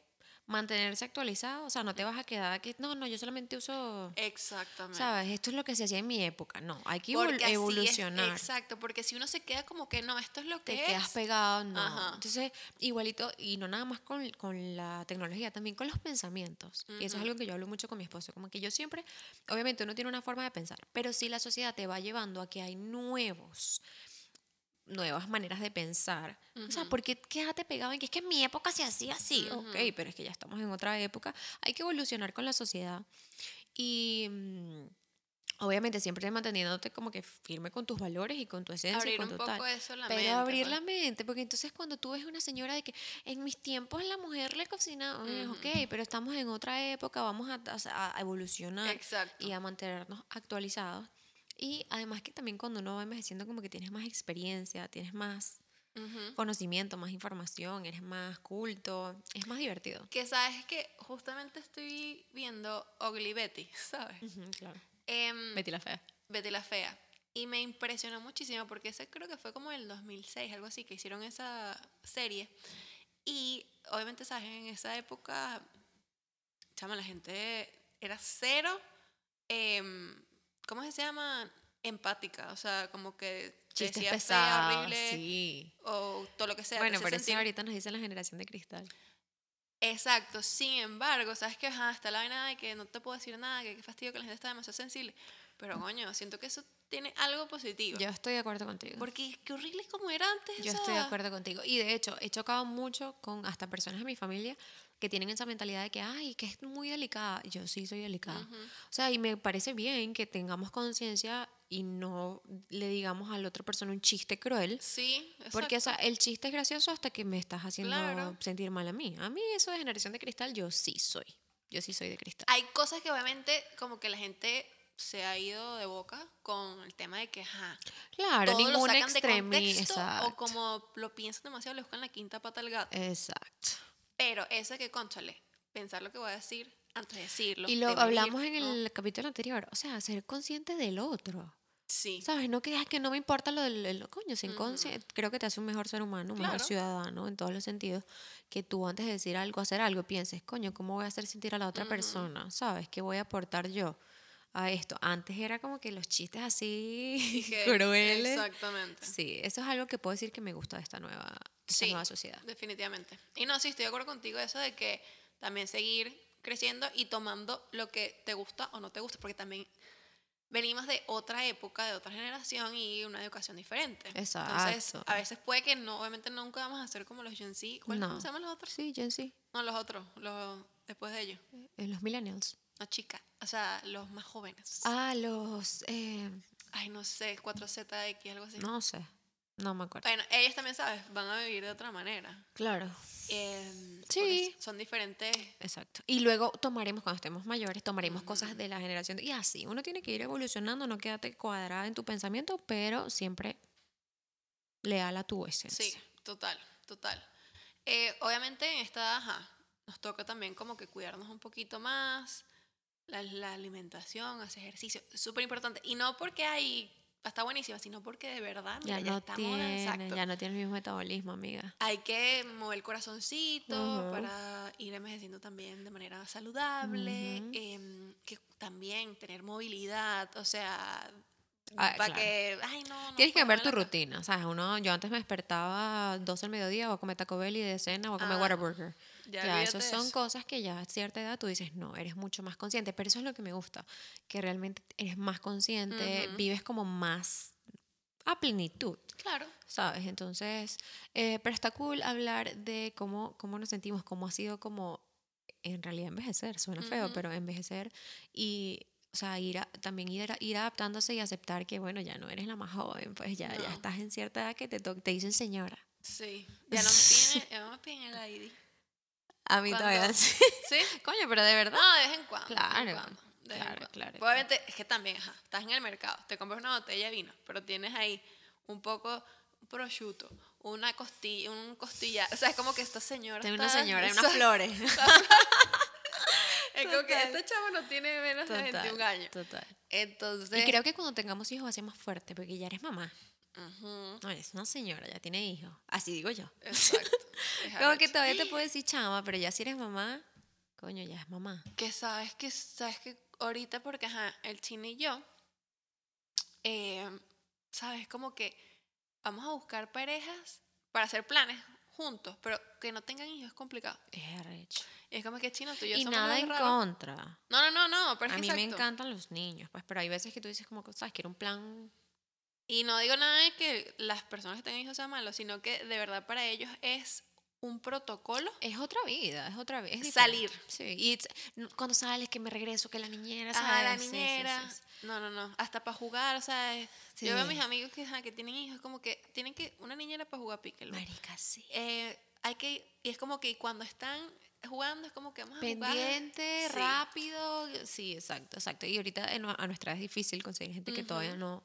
Speaker 1: mantenerse actualizado, o sea, no te vas a quedar que no, no, yo solamente uso,
Speaker 2: Exactamente.
Speaker 1: sabes, esto es lo que se hacía en mi época, no, hay que evol-
Speaker 2: Porque así es-
Speaker 1: evolucionar.
Speaker 2: exacto, porque si uno se queda como que no, esto es lo que
Speaker 1: te quedas
Speaker 2: es.
Speaker 1: pegado, no.
Speaker 2: Ajá.
Speaker 1: Entonces, igualito, y no nada más con, con la tecnología, también con los pensamientos. Y eso es
Speaker 2: Ujú.
Speaker 1: algo que yo hablo mucho con mi esposo, como que yo siempre, obviamente uno tiene una forma de pensar, pero sí la sociedad te va llevando a que hay nuevos, nuevas maneras de pensar. O sea,
Speaker 2: Ujú.
Speaker 1: ¿por qué quédate pegado en que es que en mi época se hacía así?
Speaker 2: Ujú.
Speaker 1: Ok, pero es que ya estamos en otra época, hay que evolucionar con la sociedad. Y... mm, Obviamente siempre manteniéndote como que firme con tus valores y con tu esencia y
Speaker 2: abrir
Speaker 1: con
Speaker 2: un
Speaker 1: tu
Speaker 2: poco
Speaker 1: tal.
Speaker 2: eso la
Speaker 1: Pero
Speaker 2: mente.
Speaker 1: abrir
Speaker 2: pues.
Speaker 1: la mente, porque entonces cuando tú ves una señora de que en mis tiempos la mujer le cocinaba, oye,
Speaker 2: Ujú.
Speaker 1: ok, pero estamos en otra época, vamos a, o sea, a evolucionar
Speaker 2: Exacto.
Speaker 1: y a mantenernos actualizados. Y además que también cuando uno va envejeciendo como que tienes más experiencia, tienes más
Speaker 2: Ujú.
Speaker 1: conocimiento, más información, eres más culto, es más divertido.
Speaker 2: Que sabes que justamente estoy viendo Ugly Betty, ¿sabes?
Speaker 1: claro.
Speaker 2: Em,
Speaker 1: Betty la fea.
Speaker 2: Betty la Fea. Y me impresionó muchísimo porque ese creo que fue como el 2006, algo así, que hicieron esa serie. Y obviamente, ¿sabes? En esa época, chama, la gente era cero, em, ¿cómo se llama? Empática, o sea, como que te
Speaker 1: Chistes
Speaker 2: decía fea,
Speaker 1: pesados,
Speaker 2: horrible,
Speaker 1: sí.
Speaker 2: o todo lo que sea. te
Speaker 1: Bueno,
Speaker 2: hacía
Speaker 1: pero eso
Speaker 2: sentir-
Speaker 1: ahorita nos dice la generación de cristal.
Speaker 2: Exacto, sin embargo, sabes que ajá, está la vaina de que no te puedo decir nada, que qué fastidio que la gente está demasiado sensible. Pero coño, siento que eso tiene algo positivo.
Speaker 1: Yo estoy de acuerdo contigo.
Speaker 2: Porque qué horrible como era antes.
Speaker 1: Yo
Speaker 2: o
Speaker 1: estoy de
Speaker 2: sea,
Speaker 1: acuerdo contigo. Y de hecho, he chocado mucho con hasta personas de mi familia que tienen esa mentalidad de que, ay, que es muy delicada. Yo sí soy delicada.
Speaker 2: Ujú.
Speaker 1: O sea, y me parece bien que tengamos conciencia y no le digamos a la otra persona un chiste cruel.
Speaker 2: Sí,
Speaker 1: Porque, o
Speaker 2: exacto.
Speaker 1: sea, el chiste es gracioso hasta que me estás haciendo
Speaker 2: Claro.
Speaker 1: sentir mal a mí. A mí eso de generación de cristal, yo sí soy. Yo sí soy de cristal.
Speaker 2: hay cosas que obviamente como que la gente se ha ido de boca con el tema de que ajá,
Speaker 1: Claro,
Speaker 2: todo lo
Speaker 1: ningún
Speaker 2: sacan de
Speaker 1: extremismo.
Speaker 2: contexto o
Speaker 1: Exacto.
Speaker 2: como lo piensan demasiado le buscan la quinta pata al gato.
Speaker 1: Exacto.
Speaker 2: Pero eso que conchale, pensar lo que voy a decir antes de decirlo.
Speaker 1: Y lo
Speaker 2: prevenir,
Speaker 1: hablamos en
Speaker 2: ¿no?
Speaker 1: el capítulo anterior, o sea, ser consciente del otro.
Speaker 2: Sí.
Speaker 1: ¿Sabes? No creas que no me importa lo del el- coño, sin consci- creo que te hace un mejor ser humano, un mejor
Speaker 2: Claro.
Speaker 1: ciudadano en todos los sentidos, que tú antes de decir algo, hacer algo, pienses, coño, ¿cómo voy a hacer sentir a la otra persona? ¿Sabes? ¿Qué voy a aportar yo a esto? Antes era como que los chistes así
Speaker 2: que-
Speaker 1: crueles.
Speaker 2: Exactamente.
Speaker 1: Sí, eso es algo que puedo decir que me gusta de esta nueva, de esta
Speaker 2: Sí.
Speaker 1: nueva sociedad.
Speaker 2: Definitivamente. Y no, sí, estoy de acuerdo contigo eso de que también seguir creciendo y tomando lo que te gusta o no te gusta, porque también venimos de otra época, de otra generación y una educación diferente. Entonces,
Speaker 1: Exacto.
Speaker 2: a veces puede que no, obviamente nunca vamos a ser como los Gen Z. ¿Cuáles
Speaker 1: No.
Speaker 2: cómo se llaman los otros?
Speaker 1: Sí, Gen Z,
Speaker 2: No, los otros, los después de ellos.
Speaker 1: eh, los millennials.
Speaker 2: No, chica. O sea, los más jóvenes.
Speaker 1: Ah, los... eh,
Speaker 2: Ay, no sé, 4ZX, algo así.
Speaker 1: no sé, no me acuerdo.
Speaker 2: Bueno, ellos también, ¿sabes? Van a vivir de otra manera.
Speaker 1: Claro.
Speaker 2: Em, porque
Speaker 1: Sí.
Speaker 2: Son diferentes.
Speaker 1: Exacto. Y luego tomaremos, cuando estemos mayores, tomaremos cosas de la generación. Y así, uno tiene que ir evolucionando, no quédate cuadrada en tu pensamiento, pero siempre leal a tu esencia.
Speaker 2: Sí, total, total. Eh, obviamente en esta, ajá, nos toca también como que cuidarnos un poquito más, la, la alimentación, hacer ejercicio, es súper importante. Y no porque hay, está buenísima, sino porque de verdad
Speaker 1: Ya,
Speaker 2: mira,
Speaker 1: no
Speaker 2: estamos,
Speaker 1: tienes,
Speaker 2: exacto.
Speaker 1: ya no tienes el mismo metabolismo, amiga.
Speaker 2: Hay que mover el corazoncito
Speaker 1: Ujú.
Speaker 2: para ir envejeciendo también de manera saludable,
Speaker 1: Ujú.
Speaker 2: em, que también tener movilidad, o sea,
Speaker 1: Ah, claro.
Speaker 2: para que, ay no, no pues,
Speaker 1: Tienes que
Speaker 2: puedo
Speaker 1: cambiar tu
Speaker 2: comer la-
Speaker 1: rutina, ¿sabes? Uno, yo antes me despertaba 12 al mediodía, voy a comer Taco Bell y de cena voy a comer
Speaker 2: Ah,
Speaker 1: Whataburger.
Speaker 2: ya,
Speaker 1: Ya,
Speaker 2: olvídate
Speaker 1: esas
Speaker 2: de
Speaker 1: son
Speaker 2: eso.
Speaker 1: cosas que ya a cierta edad tú dices, no, eres mucho más consciente, pero eso es lo que me gusta, que realmente eres más consciente,
Speaker 2: Ujú.
Speaker 1: vives como más a plenitud.
Speaker 2: Claro.
Speaker 1: ¿Sabes? Entonces, eh, pero está cool hablar de cómo, cómo nos sentimos, cómo ha sido como, en realidad envejecer, suena feo,
Speaker 2: Ujú.
Speaker 1: pero envejecer y, o sea, ir a- también ir, a- ir adaptándose y aceptar que, bueno, ya no eres la más joven, pues ya, ya
Speaker 2: No.
Speaker 1: estás en cierta edad que te, to- te dicen señora.
Speaker 2: Sí, ya no me piden, ya no me piden el ID.
Speaker 1: A mí
Speaker 2: Cuando-
Speaker 1: todavía sí.
Speaker 2: ¿Sí?
Speaker 1: Coño, pero de verdad.
Speaker 2: No, de vez en cuando. de vez en
Speaker 1: Claro,
Speaker 2: cuando, de vez en
Speaker 1: claro,
Speaker 2: cuando.
Speaker 1: claro,
Speaker 2: Pues Obviamente, es que también, ajá, estás en el mercado, te compras una botella de vino, pero tienes ahí un poco prosciutto, una costilla, un costilla, o sea, es como que esta señora
Speaker 1: Tengo una
Speaker 2: está-
Speaker 1: señora,
Speaker 2: o
Speaker 1: unas
Speaker 2: sea,
Speaker 1: flores.
Speaker 2: Es como que
Speaker 1: Total.
Speaker 2: este chavo no tiene menos de 21 años.
Speaker 1: total.
Speaker 2: Entonces,
Speaker 1: Y creo que cuando tengamos hijos va a ser más fuerte, porque ya eres mamá.
Speaker 2: Ujú,
Speaker 1: No, es una señora, ya tiene hijos. Así digo yo.
Speaker 2: exacto. es
Speaker 1: Como que
Speaker 2: arrecho.
Speaker 1: todavía te puedo decir chama, pero ya si eres mamá, coño, ya es mamá.
Speaker 2: que sabes que sabes que ahorita porque ajá, el chino y yo eh, sabes como que vamos a buscar parejas para hacer planes juntos pero que no tengan hijos es complicado
Speaker 1: Es arrecho.
Speaker 2: es como que chino tú y yo
Speaker 1: Y
Speaker 2: somos
Speaker 1: nada
Speaker 2: unos
Speaker 1: en
Speaker 2: raros.
Speaker 1: contra.
Speaker 2: no no no no pero es
Speaker 1: A
Speaker 2: que
Speaker 1: mí me
Speaker 2: exacto.
Speaker 1: encantan los niños, pues, pero hay veces que tú dices como, que, sabes, quiero un plan.
Speaker 2: y no digo nada de que las personas que tengan hijos sean malos sino que de verdad para ellos es un protocolo
Speaker 1: Es otra vida, es otra vida.
Speaker 2: Salir.
Speaker 1: Sí. Y it's- no, cuando sales, que me regreso, que la niñera.
Speaker 2: a
Speaker 1: ¿sabes?
Speaker 2: la
Speaker 1: Ah, Sí, sí, sí,
Speaker 2: niñera
Speaker 1: sí.
Speaker 2: no no no hasta para jugar o sea es- yo veo a mis
Speaker 1: Sí.
Speaker 2: amigos que, ajá, que tienen hijos como que tienen que una niñera para jugar pickleball
Speaker 1: Marica, sí.
Speaker 2: eh, hay que y es como que cuando están jugando es como que vamos a jugar.
Speaker 1: Pendiente,
Speaker 2: Sí.
Speaker 1: rápido. Ah, Sí, exacto, exacto. Y ahorita en- a nuestra edad es difícil conseguir gente que
Speaker 2: Ujú.
Speaker 1: todavía no,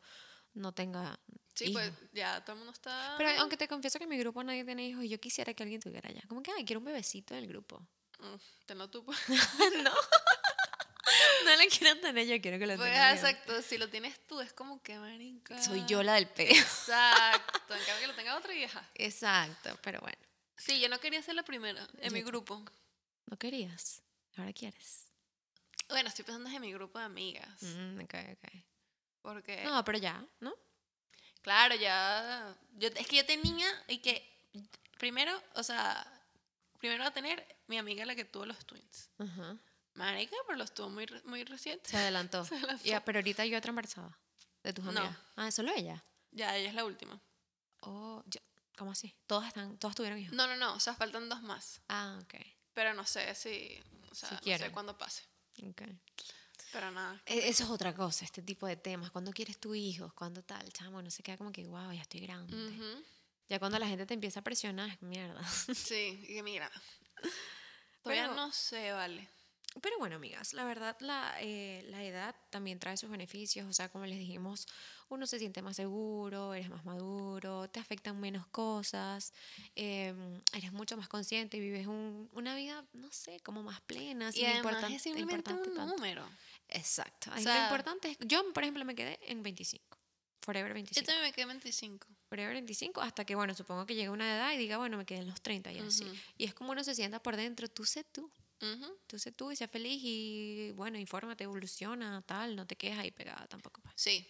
Speaker 1: no tenga.
Speaker 2: sí pues
Speaker 1: hijos.
Speaker 2: ya todo el mundo está
Speaker 1: Pero aunque te confieso que en mi grupo nadie tiene hijos y yo quisiera que alguien tuviera ya. Como que, ay, quiero un bebecito en el grupo.
Speaker 2: Mm, tenlo tú
Speaker 1: no. no la quiero tener, yo quiero que lo
Speaker 2: pues
Speaker 1: tenga. mi mamá.
Speaker 2: exacto si lo tienes tú es como que marica
Speaker 1: Soy yo la del peo.
Speaker 2: exacto en cambio que lo tenga otra vieja
Speaker 1: Exacto, pero bueno.
Speaker 2: sí yo no quería ser la primera en mi
Speaker 1: Yo
Speaker 2: grupo
Speaker 1: No querías, ahora quieres.
Speaker 2: bueno estoy pensando en mi grupo de amigas
Speaker 1: Mm, ok, ok.
Speaker 2: porque
Speaker 1: No, pero ya, ¿no?
Speaker 2: Claro, ya. Yo, es que yo tenía y que primero, o sea, primero va a tener mi amiga la que tuvo los twins.
Speaker 1: Ajá.
Speaker 2: Marica, pero los tuvo muy, re- muy recientes.
Speaker 1: Se adelantó. Ya, pero ahorita yo otra embarazada de tus
Speaker 2: No.
Speaker 1: amigas. Ah, solo ella.
Speaker 2: Ya, ella es la última.
Speaker 1: Oh, yo- ¿cómo así? Todas están, todas tuvieron hijos.
Speaker 2: No, no, no, o sea, faltan dos más.
Speaker 1: Ah, ok.
Speaker 2: Pero no sé si, o sea,
Speaker 1: Si
Speaker 2: no sé
Speaker 1: quieren.
Speaker 2: cuándo pase.
Speaker 1: okay.
Speaker 2: Pero nada.
Speaker 1: E- Eso es otra cosa, este tipo de temas. ¿Cuándo quieres tu hijo? ¿Cuándo tal? Chamo, no se queda como que, wow, ya estoy grande.
Speaker 2: Ujú.
Speaker 1: Ya cuando la gente te empieza a presionar, es mierda.
Speaker 2: Sí, y que mira. Todavía
Speaker 1: Pero-
Speaker 2: no sé, vale.
Speaker 1: Pero bueno, amigas, la verdad, la, eh, la edad también trae sus beneficios. O sea, como les dijimos, uno se siente más seguro, eres más maduro, te afectan menos cosas, eh, eres mucho más consciente y vives un- una vida, no sé, como más plena.
Speaker 2: Y
Speaker 1: sin
Speaker 2: además
Speaker 1: importan-
Speaker 2: es simplemente
Speaker 1: importante
Speaker 2: un
Speaker 1: tanto.
Speaker 2: número.
Speaker 1: Exacto.
Speaker 2: O
Speaker 1: Ahí lo
Speaker 2: sea-
Speaker 1: importante es. Yo, por ejemplo, me quedé en 25. Forever
Speaker 2: Yo
Speaker 1: 25.
Speaker 2: también me quedé en 25.
Speaker 1: Forever 25 hasta que, bueno, supongo que llegue una edad y diga, bueno, me quedé en los 30 y así.
Speaker 2: Ujú.
Speaker 1: Y es como uno se sienta por dentro, tú sé tú,
Speaker 2: Ujú.
Speaker 1: tú sé tú y sea feliz y, bueno, infórmate, evoluciona, tal, no te quedes ahí pegada tampoco. pues.
Speaker 2: Sí.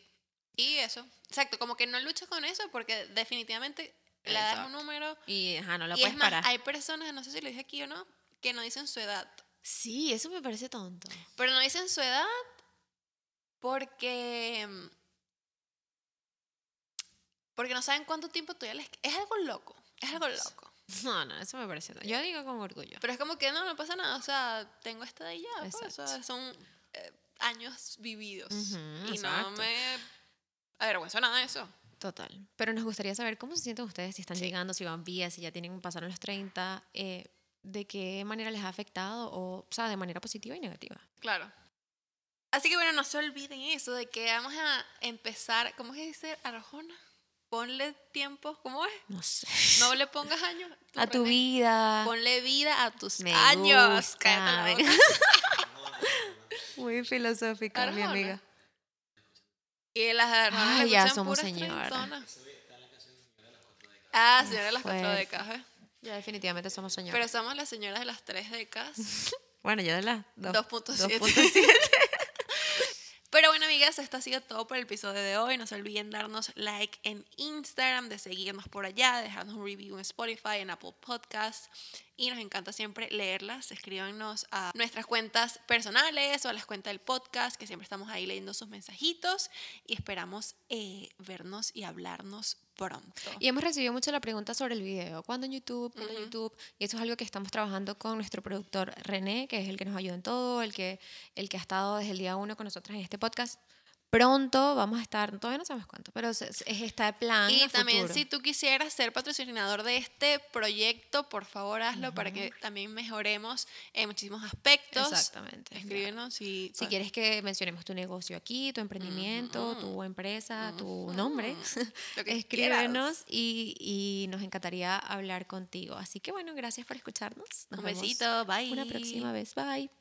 Speaker 2: Y eso. Exacto, como que no luches con eso porque definitivamente la edad es un
Speaker 1: Exacto.
Speaker 2: número.
Speaker 1: Y, ajá, no la
Speaker 2: y
Speaker 1: puedes
Speaker 2: es más,
Speaker 1: parar.
Speaker 2: hay personas, no sé si lo dije aquí o no, que no dicen su edad.
Speaker 1: Sí, eso me parece tonto.
Speaker 2: Pero no dicen su edad porque. mm, Porque no saben cuánto tiempo tú ya les. Es algo loco. Es algo loco.
Speaker 1: No, no, eso me parece tonto. Yo digo con orgullo.
Speaker 2: Pero es como que no, no pasa nada. O sea, tengo esta de ya. pues, o sea,
Speaker 1: Exacto.
Speaker 2: son eh, años vividos.
Speaker 1: Ujú,
Speaker 2: y
Speaker 1: exacto.
Speaker 2: no me avergüenza nada de eso.
Speaker 1: Total. Pero nos gustaría saber cómo se sienten ustedes, si están llegando, si van vía, si ya tienen, pasaron los 30, eh, de qué manera les ha afectado, o, o sea, de manera positiva y negativa.
Speaker 2: Claro. Así que bueno, no se olviden eso de que vamos a empezar. ¿Cómo se dice? Arjona. Ponle tiempo. ¿Cómo es?
Speaker 1: No sé.
Speaker 2: No le pongas años.
Speaker 1: a tu
Speaker 2: René.
Speaker 1: vida.
Speaker 2: Ponle vida a tus
Speaker 1: Me
Speaker 2: años.
Speaker 1: gusta,
Speaker 2: Cállate la
Speaker 1: me-
Speaker 2: boca.
Speaker 1: Muy filosófica, mi
Speaker 2: Arjona.
Speaker 1: amiga.
Speaker 2: Y las hermanas
Speaker 1: Ay,
Speaker 2: le
Speaker 1: ya
Speaker 2: gustan
Speaker 1: somos
Speaker 2: puras
Speaker 1: señora.
Speaker 2: treintonas. Ah, señora de las cuatro
Speaker 1: fuerte.
Speaker 2: décadas. ¿ves?
Speaker 1: Ya definitivamente somos señoras.
Speaker 2: Pero somos las señoras de las tres décadas.
Speaker 1: bueno, yo de las dos-
Speaker 2: 2.7.
Speaker 1: 2.7.
Speaker 2: Pero bueno, amigas, esto ha sido todo por el episodio de hoy. No se olviden darnos like en Instagram, de seguirnos por allá, dejarnos un review en Spotify, en Apple Podcasts. Y nos encanta siempre leerlas. Escríbanos a nuestras cuentas personales o a las cuentas del podcast, que siempre estamos ahí leyendo sus mensajitos. Y esperamos eh, vernos y hablarnos pronto.
Speaker 1: Y hemos recibido mucho la pregunta sobre el video. ¿Cuándo en YouTube? ¿Cuándo en
Speaker 2: Ujú.
Speaker 1: YouTube? Y eso es algo que estamos trabajando con nuestro productor René, que es el que nos ayuda en todo, el que, el que ha estado desde el día uno con nosotras en este podcast. Pronto vamos a estar, todavía no sabemos cuánto, pero es, es está de plan.
Speaker 2: Y
Speaker 1: a
Speaker 2: también
Speaker 1: futuro.
Speaker 2: si tú quisieras ser patrocinador de este proyecto, por favor hazlo para que también mejoremos en muchísimos aspectos.
Speaker 1: Exactamente.
Speaker 2: Escríbenos y
Speaker 1: Si quieres que mencionemos tu negocio aquí, tu emprendimiento, tu empresa, tu nombre,
Speaker 2: Mm. Lo que
Speaker 1: escríbenos y, y nos encantaría hablar contigo. Así que bueno, gracias por escucharnos. Nos
Speaker 2: un
Speaker 1: vemos
Speaker 2: besito, bye.
Speaker 1: Una próxima vez. Bye.